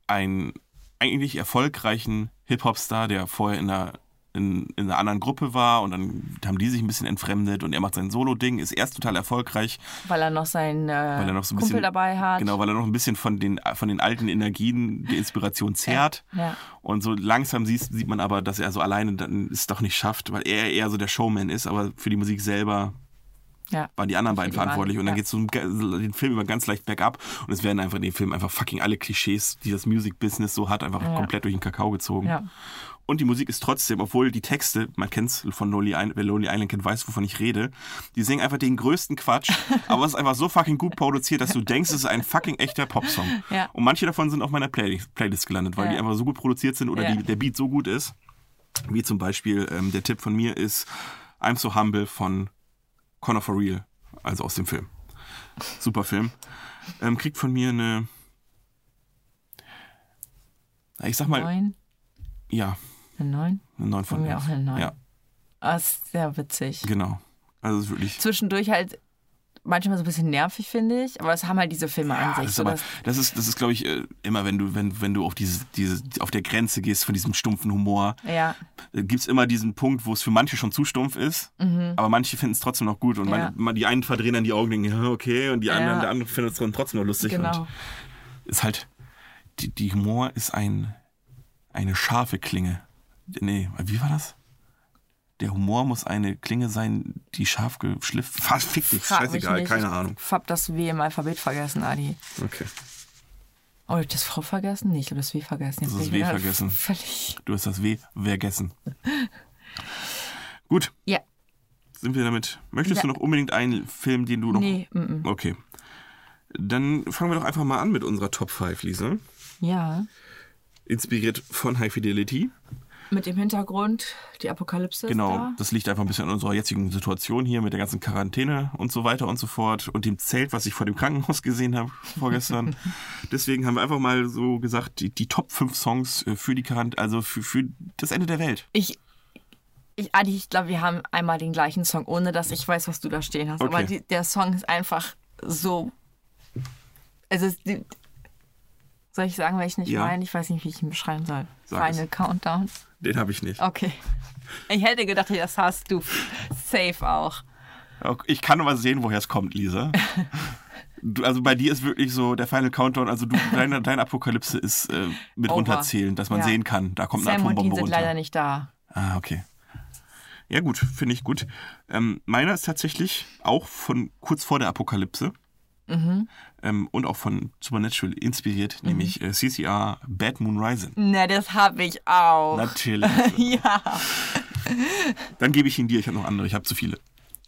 ein eigentlich erfolgreichen Hip-Hop-Star, der vorher in einer, in, in einer anderen Gruppe war und dann haben die sich ein bisschen entfremdet und er macht sein Solo-Ding, ist erst total erfolgreich,
ne? Weil er noch seinen äh,
weil er noch so ein
Kumpel
bisschen,
dabei hat.
Genau, weil er noch ein bisschen von den, von den alten Energien der Inspiration zehrt.
ja.
Und so langsam sieht, sieht man aber, dass er so alleine dann es doch nicht schafft, weil er eher so der Showman ist, aber für die Musik selber
Ja.
waren die anderen beiden
die waren,
verantwortlich. Und dann
ja.
geht es so ein ge- den Film immer ganz leicht bergab und es werden einfach in dem Film einfach fucking alle Klischees, die das Music-Business so hat, einfach komplett durch den Kakao gezogen.
Ja.
Und die Musik ist trotzdem, obwohl die Texte, man kennt's von Lonely Island, wer Lonely Island kennt, weiß, wovon ich rede, die singen einfach den größten Quatsch, aber es ist einfach so fucking gut produziert, dass du denkst, es ist ein fucking echter Popsong.
Ja.
Und manche davon sind auf meiner Playlist, Playlist gelandet, weil
Ja.
die einfach so gut produziert sind oder
Ja.
die, der Beat so gut ist. Wie zum Beispiel ähm, der Tipp von mir ist I'm So Humble von Connor for Real, also aus dem Film. Super Film. Ähm, kriegt von mir eine. Na, Ich sag mal,
Neun?
ja,
Eine Neun?
eine 9 von
Von mir
11.
auch eine Neun.
Ja,
Ah, ist sehr witzig.
genau. Also es ist wirklich.
Zwischendurch halt manchmal so ein bisschen nervig, finde ich. Aber das haben halt diese Filme an
Das
sich.
ist,
so
aber,
dass-
das ist, das ist glaube ich, äh, immer, wenn du, wenn, wenn du auf, diese, diese, auf der Grenze gehst von diesem stumpfen Humor,
ja,
gibt es immer diesen Punkt, wo es für manche schon zu stumpf ist, aber manche finden es trotzdem noch gut. Und man-
Mhm. Ja.
man, die einen verdrehen dann die Augen und denken, ja, okay, und die anderen,
Ja.
der andere findet es dann trotzdem noch lustig.
genau.
Und ist halt, die, die Humor ist ein, eine scharfe Klinge. Nee, wie war das? Der Humor muss eine Klinge sein, die scharf geschliffen. Fast fick dich,
Frag mich
scheißegal,
nicht.
keine Ahnung.
Ich hab das W im Alphabet vergessen, Adi.
Okay.
Oh, hab ich das V vergessen? Nee, ich hab das W vergessen. Jetzt
Das
bin ich
W
wieder
vergessen.
Völlig.
Du hast das W vergessen. Gut,
Ja,
sind wir damit. Möchtest du
Ja.
noch unbedingt einen Film, den du noch.
nee, mm, mm.
Okay. Dann fangen wir doch einfach mal an mit unserer Top 5, Lisa.
Ja.
Inspiriert von High Fidelity.
Mit dem Hintergrund, die Apokalypse ist
Genau,
da.
das liegt einfach ein bisschen an unserer jetzigen Situation hier mit der ganzen Quarantäne und so weiter und so fort und dem Zelt, was ich vor dem Krankenhaus gesehen habe vorgestern. Deswegen haben wir einfach mal so gesagt, die, die Top 5 Songs äh, für die Quarantäne, also für, für das Ende der Welt.
Ich, ich, Adi, ich glaube, wir haben einmal den gleichen Song, ohne dass ich weiß, was du da stehen hast. Aber
Okay.
die, der Song ist einfach so. Also, es- die, soll ich sagen, welchen ich
Ja.
meine? Ich weiß nicht, wie ich ihn beschreiben soll.
Sag es.
Final Countdown.
Den habe ich nicht.
Okay. Ich hätte gedacht, das hast du safe auch.
Okay, Ich kann aber sehen, woher es kommt, Lisa. Du, also bei dir ist wirklich so der Final Countdown, also du, deine, deine Apokalypse ist äh, mit
Over.
runterzählen, dass man
Ja.
sehen kann, da kommt eine
Sam und
Atombombe
Dean sind
runter.
leider nicht da.
Ah, okay. Ja, gut, finde ich gut. Ähm, meiner ist tatsächlich auch von kurz vor der Apokalypse
Mhm.
ähm, und auch von Supernatural inspiriert, nämlich äh, CCR Bad Moon Rising.
Na, Ne, das habe ich auch.
Natürlich.
ja.
Dann gebe ich ihn dir, ich habe noch andere, ich habe zu viele.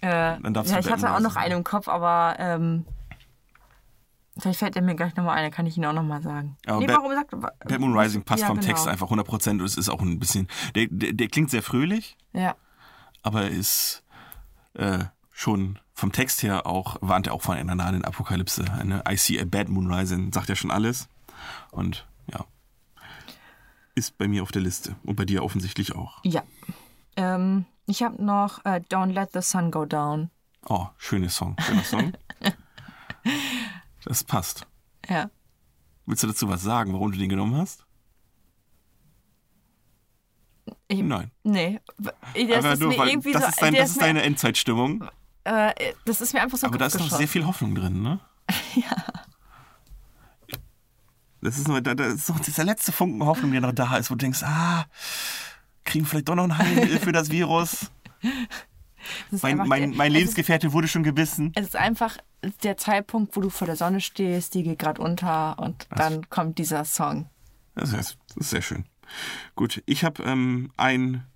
Äh,
Dann darfst
ja,
du
ich
beenden
hatte auch
lassen.
noch einen im Kopf, aber ähm, vielleicht fällt er mir gleich nochmal ein, dann kann ich ihn auch nochmal sagen.
Aber
nee,
Bad-
warum sagt
Bad Moon Rising passt
Ja,
vom
genau.
Text einfach 100% und es ist auch ein bisschen, der, der, der klingt sehr fröhlich,
Ja.
aber ist äh, schon vom Text her auch, warnt er auch von einer nahen Apokalypse. Eine I see a bad moon rising, sagt ja schon alles. Und ja, ist bei mir auf der Liste und bei dir offensichtlich auch.
Ja. Ähm, ich habe noch äh, Don't Let the Sun Go Down.
Oh, schöner Song, schöner Song. das passt.
Ja.
Willst du dazu was sagen, warum du den genommen hast?
Ich-
Nein.
Nee. w- Das
Aber
ist
nur,
mir
weil
irgendwie
das
so.
ist, dein,
der
das ist
mir,
deine Endzeitstimmung.
äh, das ist mir einfach so
Aber da ist noch
geschossen.
sehr viel Hoffnung drin, ne? ja. Das ist, nur, da, da ist noch dieser letzte Funken Hoffnung, der noch da ist, wo du denkst, ah, kriegen vielleicht doch noch ein Heil für das Virus.
Das ist
Mein,
einfach
mein,
der-
mein
es ist-
Lebensgefährte wurde schon gebissen.
Es ist einfach der Zeitpunkt, wo du vor der Sonne stehst, die geht gerade unter und dann kommt dieser Song.
Das ist, das ist sehr schön. Gut, ich habe ähm, einen,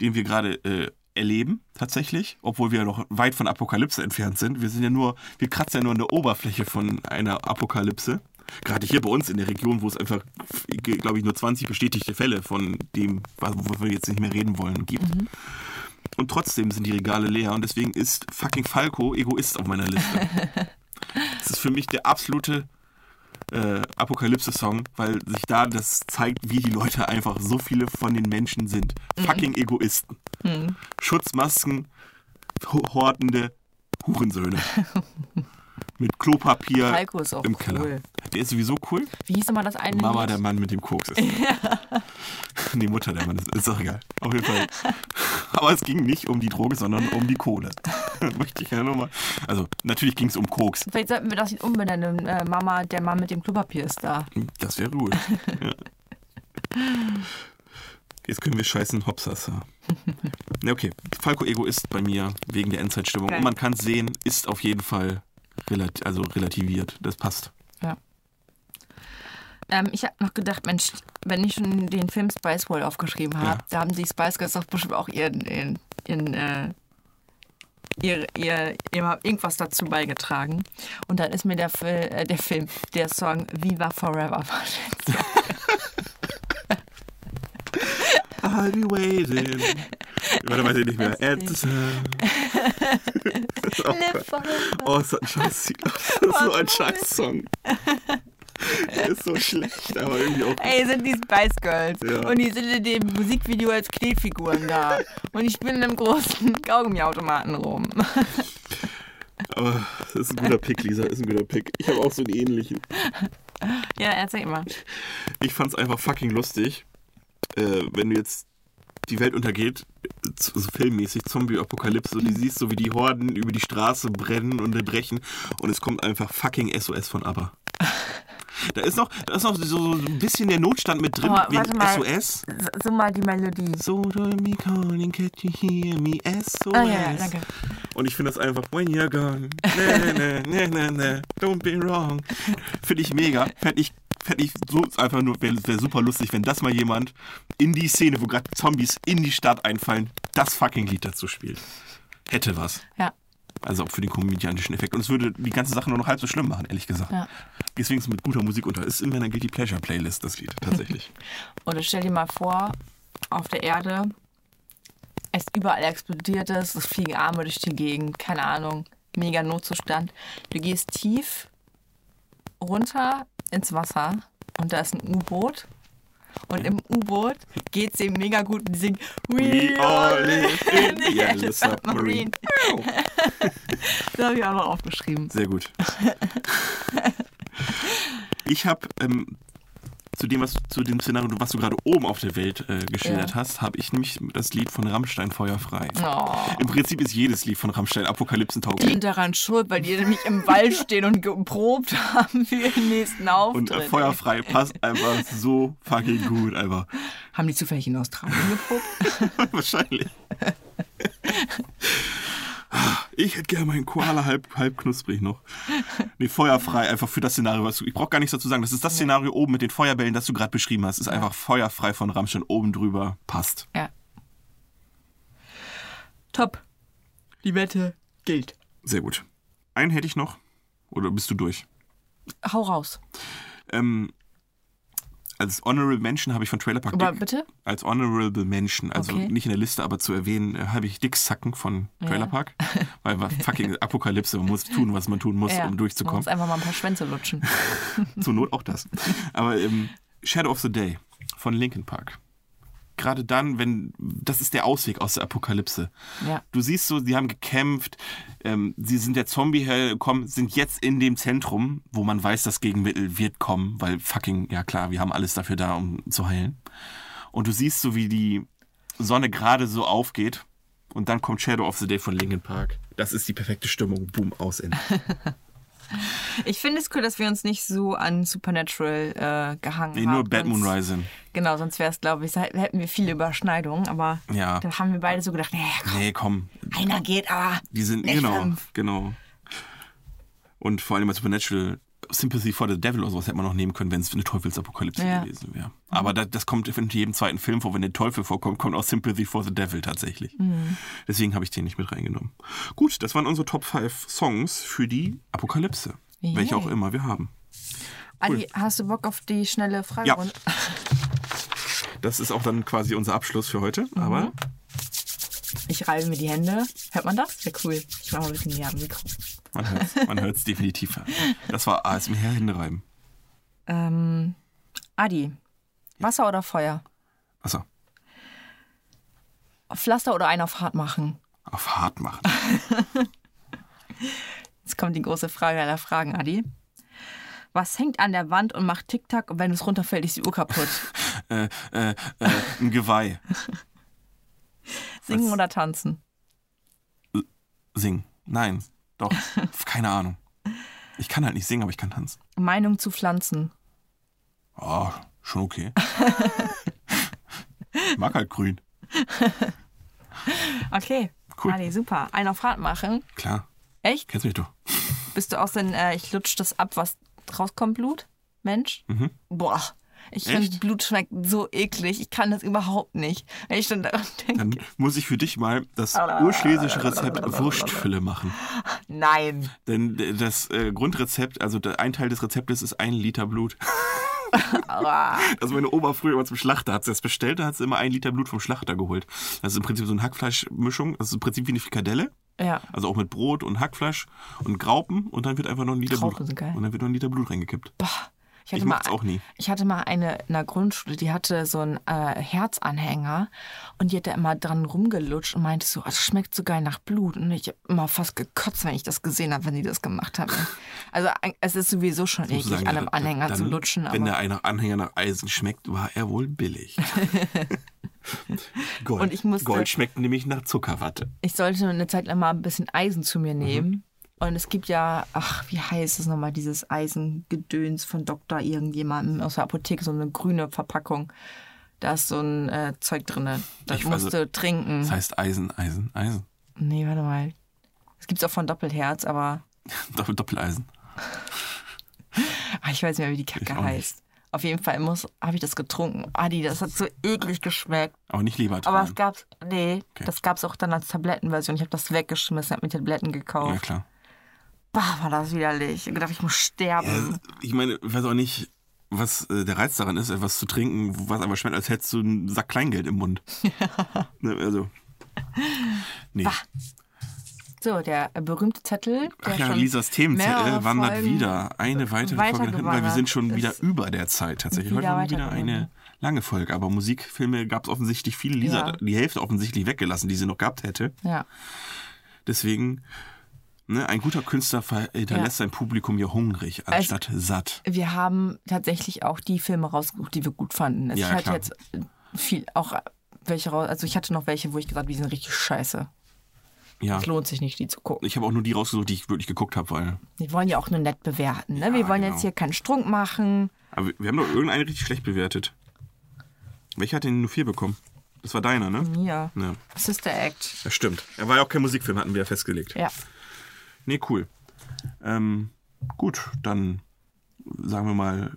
den wir gerade äh, erleben, tatsächlich, obwohl wir noch weit von Apokalypse entfernt sind. Wir sind ja nur, wir kratzen ja nur an der Oberfläche von einer Apokalypse. Gerade hier bei uns in der Region, wo es einfach, glaube ich, nur 20 bestätigte Fälle von dem, worüber wir jetzt nicht mehr reden wollen, gibt. Und trotzdem sind die Regale leer und deswegen ist fucking Falco Egoist auf meiner Liste. das ist für mich der absolute äh, Apokalypse-Song, weil sich da das zeigt, wie die Leute einfach so viele von den Menschen sind.
Mhm.
Fucking Egoisten. Schutzmasken, ho- hortende Hurensöhne. Mit Klopapier
Falco ist auch
Äh, im
cool.
Keller. Der ist sowieso cool.
Wie hieß immer das eine?
Mama,
Lied?
der Mann mit dem Koks ist. nee, Mutter, der Mann ist. Ist doch egal. Auf jeden Fall. Aber es ging nicht um die Droge, sondern um die Kohle. Möchte ich ja nochmal. Also, natürlich ging es um Koks.
Vielleicht sollten wir das nicht umbenennen. Äh, Mama, der Mann mit dem Klopapier ist da.
Das wäre gut. Ja. Jetzt können wir scheißen Hopsasa. Na okay, Falco Egoist bei mir wegen der Endzeitstimmung.
Geil.
Und man kann es sehen, ist auf jeden Fall relat also relativiert. Das passt.
Ja. Ähm, ich habe noch gedacht, Mensch, wenn ich schon den Film Spice World aufgeschrieben habe,
Ja.
da haben die Spice Girls doch bestimmt auch ihren, ihren, ihren äh, ihr, ihr, ihr irgendwas dazu beigetragen. Und dann ist mir der, Fil äh, der Film, der Song Viva Forever vorgestellt.
I'll be waiting. Warte, weiß ich nicht mehr. At the sun. Oh, ist das ein scheiß Das ist so ein scheiß Song. Der ist so schlecht, aber irgendwie auch
Ey, sind die Spice Girls.
Ja.
Und die sind in dem Musikvideo als Knetfiguren da. Und ich bin in einem großen Kaugummiautomaten rum.
Aber das ist ein guter Pick, Lisa, ist ein guter Pick. Ich habe auch so einen ähnlichen.
ja, erzähl mal.
Ich fand's einfach fucking lustig, äh, wenn du jetzt die Welt untergeht, äh, so filmmäßig, Zombie-Apokalypse, und du siehst so, wie die Horden über die Straße brennen und erbrechen und es kommt einfach fucking SOS von ABBA. Da ist noch, da ist noch so, so ein bisschen der Notstand mit drin
Aber Oh, warte
wegen
mal.
SOS.
S- So mal die Melodie.
So do me calling, can't you hear me? SOS.
Ah, ja, ja, danke.
Und ich finde das einfach, when you're gone, ne, ne, ne, ne, ne, don't be wrong. Finde ich mega. Fände ich, fänd ich so einfach nur, wäre wär super lustig, wenn das mal jemand in die Szene, wo gerade Zombies in die Stadt einfallen, das fucking Lied dazu spielt. Hätte was.
Ja.
Also auch für den komödiantischen Effekt. Und es würde die ganze Sache nur noch halb so schlimm machen, ehrlich gesagt.
Ja.
Deswegen ist es mit guter Musik unter. Ist in meiner Guilty Pleasure Playlist das Lied, tatsächlich.
Oder stell dir mal vor, auf der Erde es überall explodiert ist, es fliegen Arme durch die Gegend, keine Ahnung, mega Notzustand. Du gehst tief runter ins Wasser und da ist ein U-Boot. Und im U-Boot geht's ihm mega gut und die singen We, all live in the yellow submarine. Das habe ich auch noch aufgeschrieben.
Sehr gut. ich habe ähm, zu dem, was zu dem Szenario, was du gerade oben auf der Welt äh, geschildert
Ja.
hast, habe ich nämlich das Lied von Rammstein feuerfrei.
Oh.
Im Prinzip ist jedes Lied von Rammstein
Die
apokalypsentauglich.
sind daran schuld, weil die nämlich im Wald stehen und geprobt haben für den nächsten
Und
Auftritt.
äh, feuerfrei passt einfach so fucking gut, einfach.
Haben die zufällig in Australien geprobt?
Wahrscheinlich. Ich hätte gerne meinen Koala halb, halb knusprig noch. Nee, feuerfrei, einfach für das Szenario. Was du, ich brauche gar nichts dazu sagen. Das ist das Szenario oben mit den Feuerbällen, das du gerade beschrieben hast. Ist einfach feuerfrei von Rammstein oben drüber. Passt.
Ja. Top. Die Wette gilt.
Sehr gut. Einen hätte ich noch. Oder bist du durch?
Hau raus.
Ähm, als Honorable Mention habe ich von Trailer Park
Aber
Dick-
bitte?
Als Honorable Mention, also
Okay.
nicht in der Liste, aber zu erwähnen, äh, habe ich Dicks Zacken von Trailer Park. Weil war fucking Apokalypse, man muss tun, was man tun muss, um
Man
durchzukommen.
muss einfach mal ein paar Schwänze lutschen.
Zur Not auch das. Aber ähm, Shadow of the Day von Linkin Park. Gerade dann, wenn, das ist der Ausweg aus der Apokalypse.
Ja.
Du siehst so, die haben gekämpft, ähm, sie sind der Zombie-Hölle gekommen, sind jetzt in dem Zentrum, wo man weiß, das Gegenmittel wird kommen, weil fucking, ja klar, wir haben alles dafür da, um zu heilen. Und du siehst so, wie die Sonne gerade so aufgeht und dann kommt Shadow of the Day von Linkin Park. Das ist die perfekte Stimmung. Boom, aus, Ende.
Ich finde es cool, dass wir uns nicht so an Supernatural äh, gehangen
Nee,
haben.
nur Bad Moon
Sonst-
Rising.
Genau, sonst wäre es, glaube ich, hätten wir viele Überschneidungen, aber
Ja.
da haben wir beide so gedacht, naja, komm,
Nee, komm,
einer geht, aber
Die sind,
nicht
genau,
fünf.
genau. Und vor allem bei Supernatural, Sympathy for the Devil oder sowas hätte man noch nehmen können, wenn es eine Teufelsapokalypse
Ja.
gewesen wäre. Aber das, das kommt in jedem zweiten Film vor. Wenn der Teufel vorkommt, kommt auch Sympathy for the Devil tatsächlich.
Mhm.
Deswegen habe ich den nicht mit reingenommen. Gut, das waren unsere Top 5 Songs für die Apokalypse.
Yay.
Welche auch immer wir haben.
Adi, hast du Bock auf die schnelle Frage?
Ja. Das ist auch dann quasi unser Abschluss für heute.
Mhm.
Aber
Ich reibe mir die Hände. Hört man das? Sehr cool. Ich mache mal ein bisschen näher am Mikro.
man hört es man hört's definitiv. Das war ASMR hinreiben.
Ähm, Adi, Wasser oder Feuer?
Achso,
Auf Pflaster oder einen auf hart machen?
auf hart machen.
Jetzt kommt die große Frage aller Fragen, Adi. Was hängt an der Wand und macht Tick-Tack und wenn es runterfällt, ist die Uhr kaputt?
äh, äh, äh, ein Geweih.
Singen
Was?
oder tanzen?
singen. Nein, doch. Keine Ahnung. Ich kann halt nicht singen, aber ich kann tanzen.
Meinung zu Pflanzen.
Oh, schon okay. Ich mag halt grün.
Okay,
Cool.
Adi, super. Einen auf hart machen.
Klar.
Echt?
Kennst mich doch.
Bist du auch so ein, äh, ich lutsch das ab, was rauskommt, Blut? Mensch?
Mhm.
Boah. Ich finde,
Echt?
Blut schmeckt so eklig. Ich kann das überhaupt nicht. Wenn ich dann daran denke.
Dann muss ich für dich mal das urschlesische Rezept Wurstfülle machen.
Nein.
Denn äh, das äh, Grundrezept, also der- ein Teil des Rezeptes ist ein Liter Blut.
Aua.
Also meine Oma früher immer zum Schlachter hat sie das bestellt, da hat sie immer ein Liter Blut vom Schlachter geholt. Das ist im Prinzip so eine Hackfleischmischung, das ist im Prinzip wie eine Frikadelle.
Ja.
Also auch mit Brot und Hackfleisch und Graupen und dann wird einfach noch ein Liter
Graupen
Blut.
sind geil.
Und dann wird noch ein Liter Blut reingekippt.
Ich hatte,
Ich
mal,
mach's auch nie.
ich hatte mal eine in der Grundschule, die hatte so einen äh, Herzanhänger und die hat da immer dran rumgelutscht und meinte so, es schmeckt so geil nach Blut. Und ich habe immer fast gekotzt, wenn ich das gesehen habe, wenn die das gemacht haben. Also äh, es ist sowieso schon
Ich muss
eklig, an einem
dann-
Anhänger zu
dann,
lutschen.
Wenn der
Aber.
eine Anhänger nach Eisen schmeckt, war er wohl billig. Gold.
Und ich musste-
Gold schmeckt nämlich nach Zuckerwatte.
Ich sollte eine Zeit lang mal ein bisschen Eisen zu
Mhm.
mir nehmen. Und es gibt ja, ach, wie heißt es nochmal, dieses Eisengedöns von Doktor irgendjemandem aus der Apotheke, so eine grüne Verpackung. Da ist so ein äh, Zeug drin. Das
Ich also weiß-
musst du trinken.
Das heißt Eisen, Eisen, Eisen.
Nee, warte mal. Es gibt's auch von Doppelherz, aber
Doppel Doppeleisen.
ah, ich weiß nicht mehr, wie die Kacke
auch nicht.
heißt. Auf jeden Fall muss, habe ich das getrunken. Adi, das hat so eklig geschmeckt.
Aber nicht lieber
Aber es gab's, nee, das gab's auch dann als Tablettenversion. Ich habe das weggeschmissen, habe mir Tabletten
Ja,
gekauft.
klar.
Bah, war das widerlich. Ich hab gedacht, ich muss sterben.
Ja, Also, ich meine, ich weiß auch nicht, was äh, der Reiz daran ist, etwas zu trinken, was aber schmeckt, als hättest du einen Sack Kleingeld im Mund. ne, also. Nee.
So, der berühmte Zettel. Der
Ach ja,
schon
Lisas
mehrere
Themenzettel wandert
Folgen
wieder. Eine weitere Folge hin, weil wir
weitergewandert
sind schon wieder
ist.
über der Zeit tatsächlich. Heute
Wieder
war wieder eine
weitergewandert.
lange Folge, aber Musikfilme gab es offensichtlich viele. Lisa
Ja.
hat die Hälfte offensichtlich weggelassen, die sie noch gehabt hätte.
Ja.
Deswegen, ne, ein guter Künstler ver- hinterlässt sein Publikum ja hungrig, anstatt satt.
Wir haben tatsächlich auch die Filme rausgesucht, die wir gut fanden. Also
Ja,
ich hatte
klar.
jetzt viel, auch welche raus. Also ich hatte noch welche, wo ich gesagt habe, die sind richtig scheiße.
Ja.
Es lohnt sich nicht, die zu gucken.
Ich habe auch nur die rausgesucht, die ich wirklich geguckt habe, weil.
Wir wollen ja auch nur nett bewerten. Ne? wir
Ja,
wollen
genau.
jetzt hier keinen Strunk machen.
Aber wir haben doch irgendeinen richtig schlecht bewertet. Welcher hat denn nur vier bekommen? Das war deiner, ne?
Hier.
Ja,
Sister Act.
das stimmt. Er war ja auch kein Musikfilm, hatten wir ja festgelegt.
Ja.
Nee, cool. Ähm, gut, dann sagen wir mal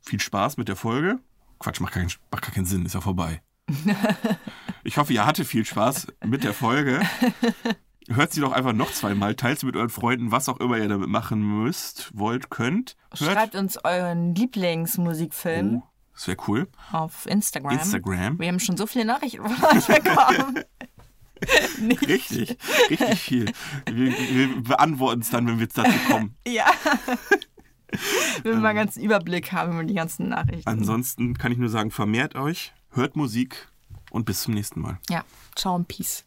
viel Spaß mit der Folge. Quatsch, macht, keinen, macht gar keinen Sinn, ist ja vorbei. Ich hoffe, ihr hattet viel Spaß mit der Folge. Hört sie doch einfach noch zweimal, teilt sie mit euren Freunden, was auch immer ihr damit machen müsst, wollt, könnt. Hört.
Schreibt uns euren Lieblingsmusikfilm
Oh, das wäre cool.
auf Instagram.
Instagram.
Wir haben schon so viele Nachrichten von euch bekommen. Nicht.
Richtig, richtig viel. Wir, wir beantworten es dann, wenn wir dazu kommen.
Ja. Wenn wir
Ähm.
mal ganz einen Überblick haben über die ganzen Nachrichten.
Ansonsten kann ich nur sagen, vermehrt euch, hört Musik und bis zum nächsten Mal.
ja, ciao und peace.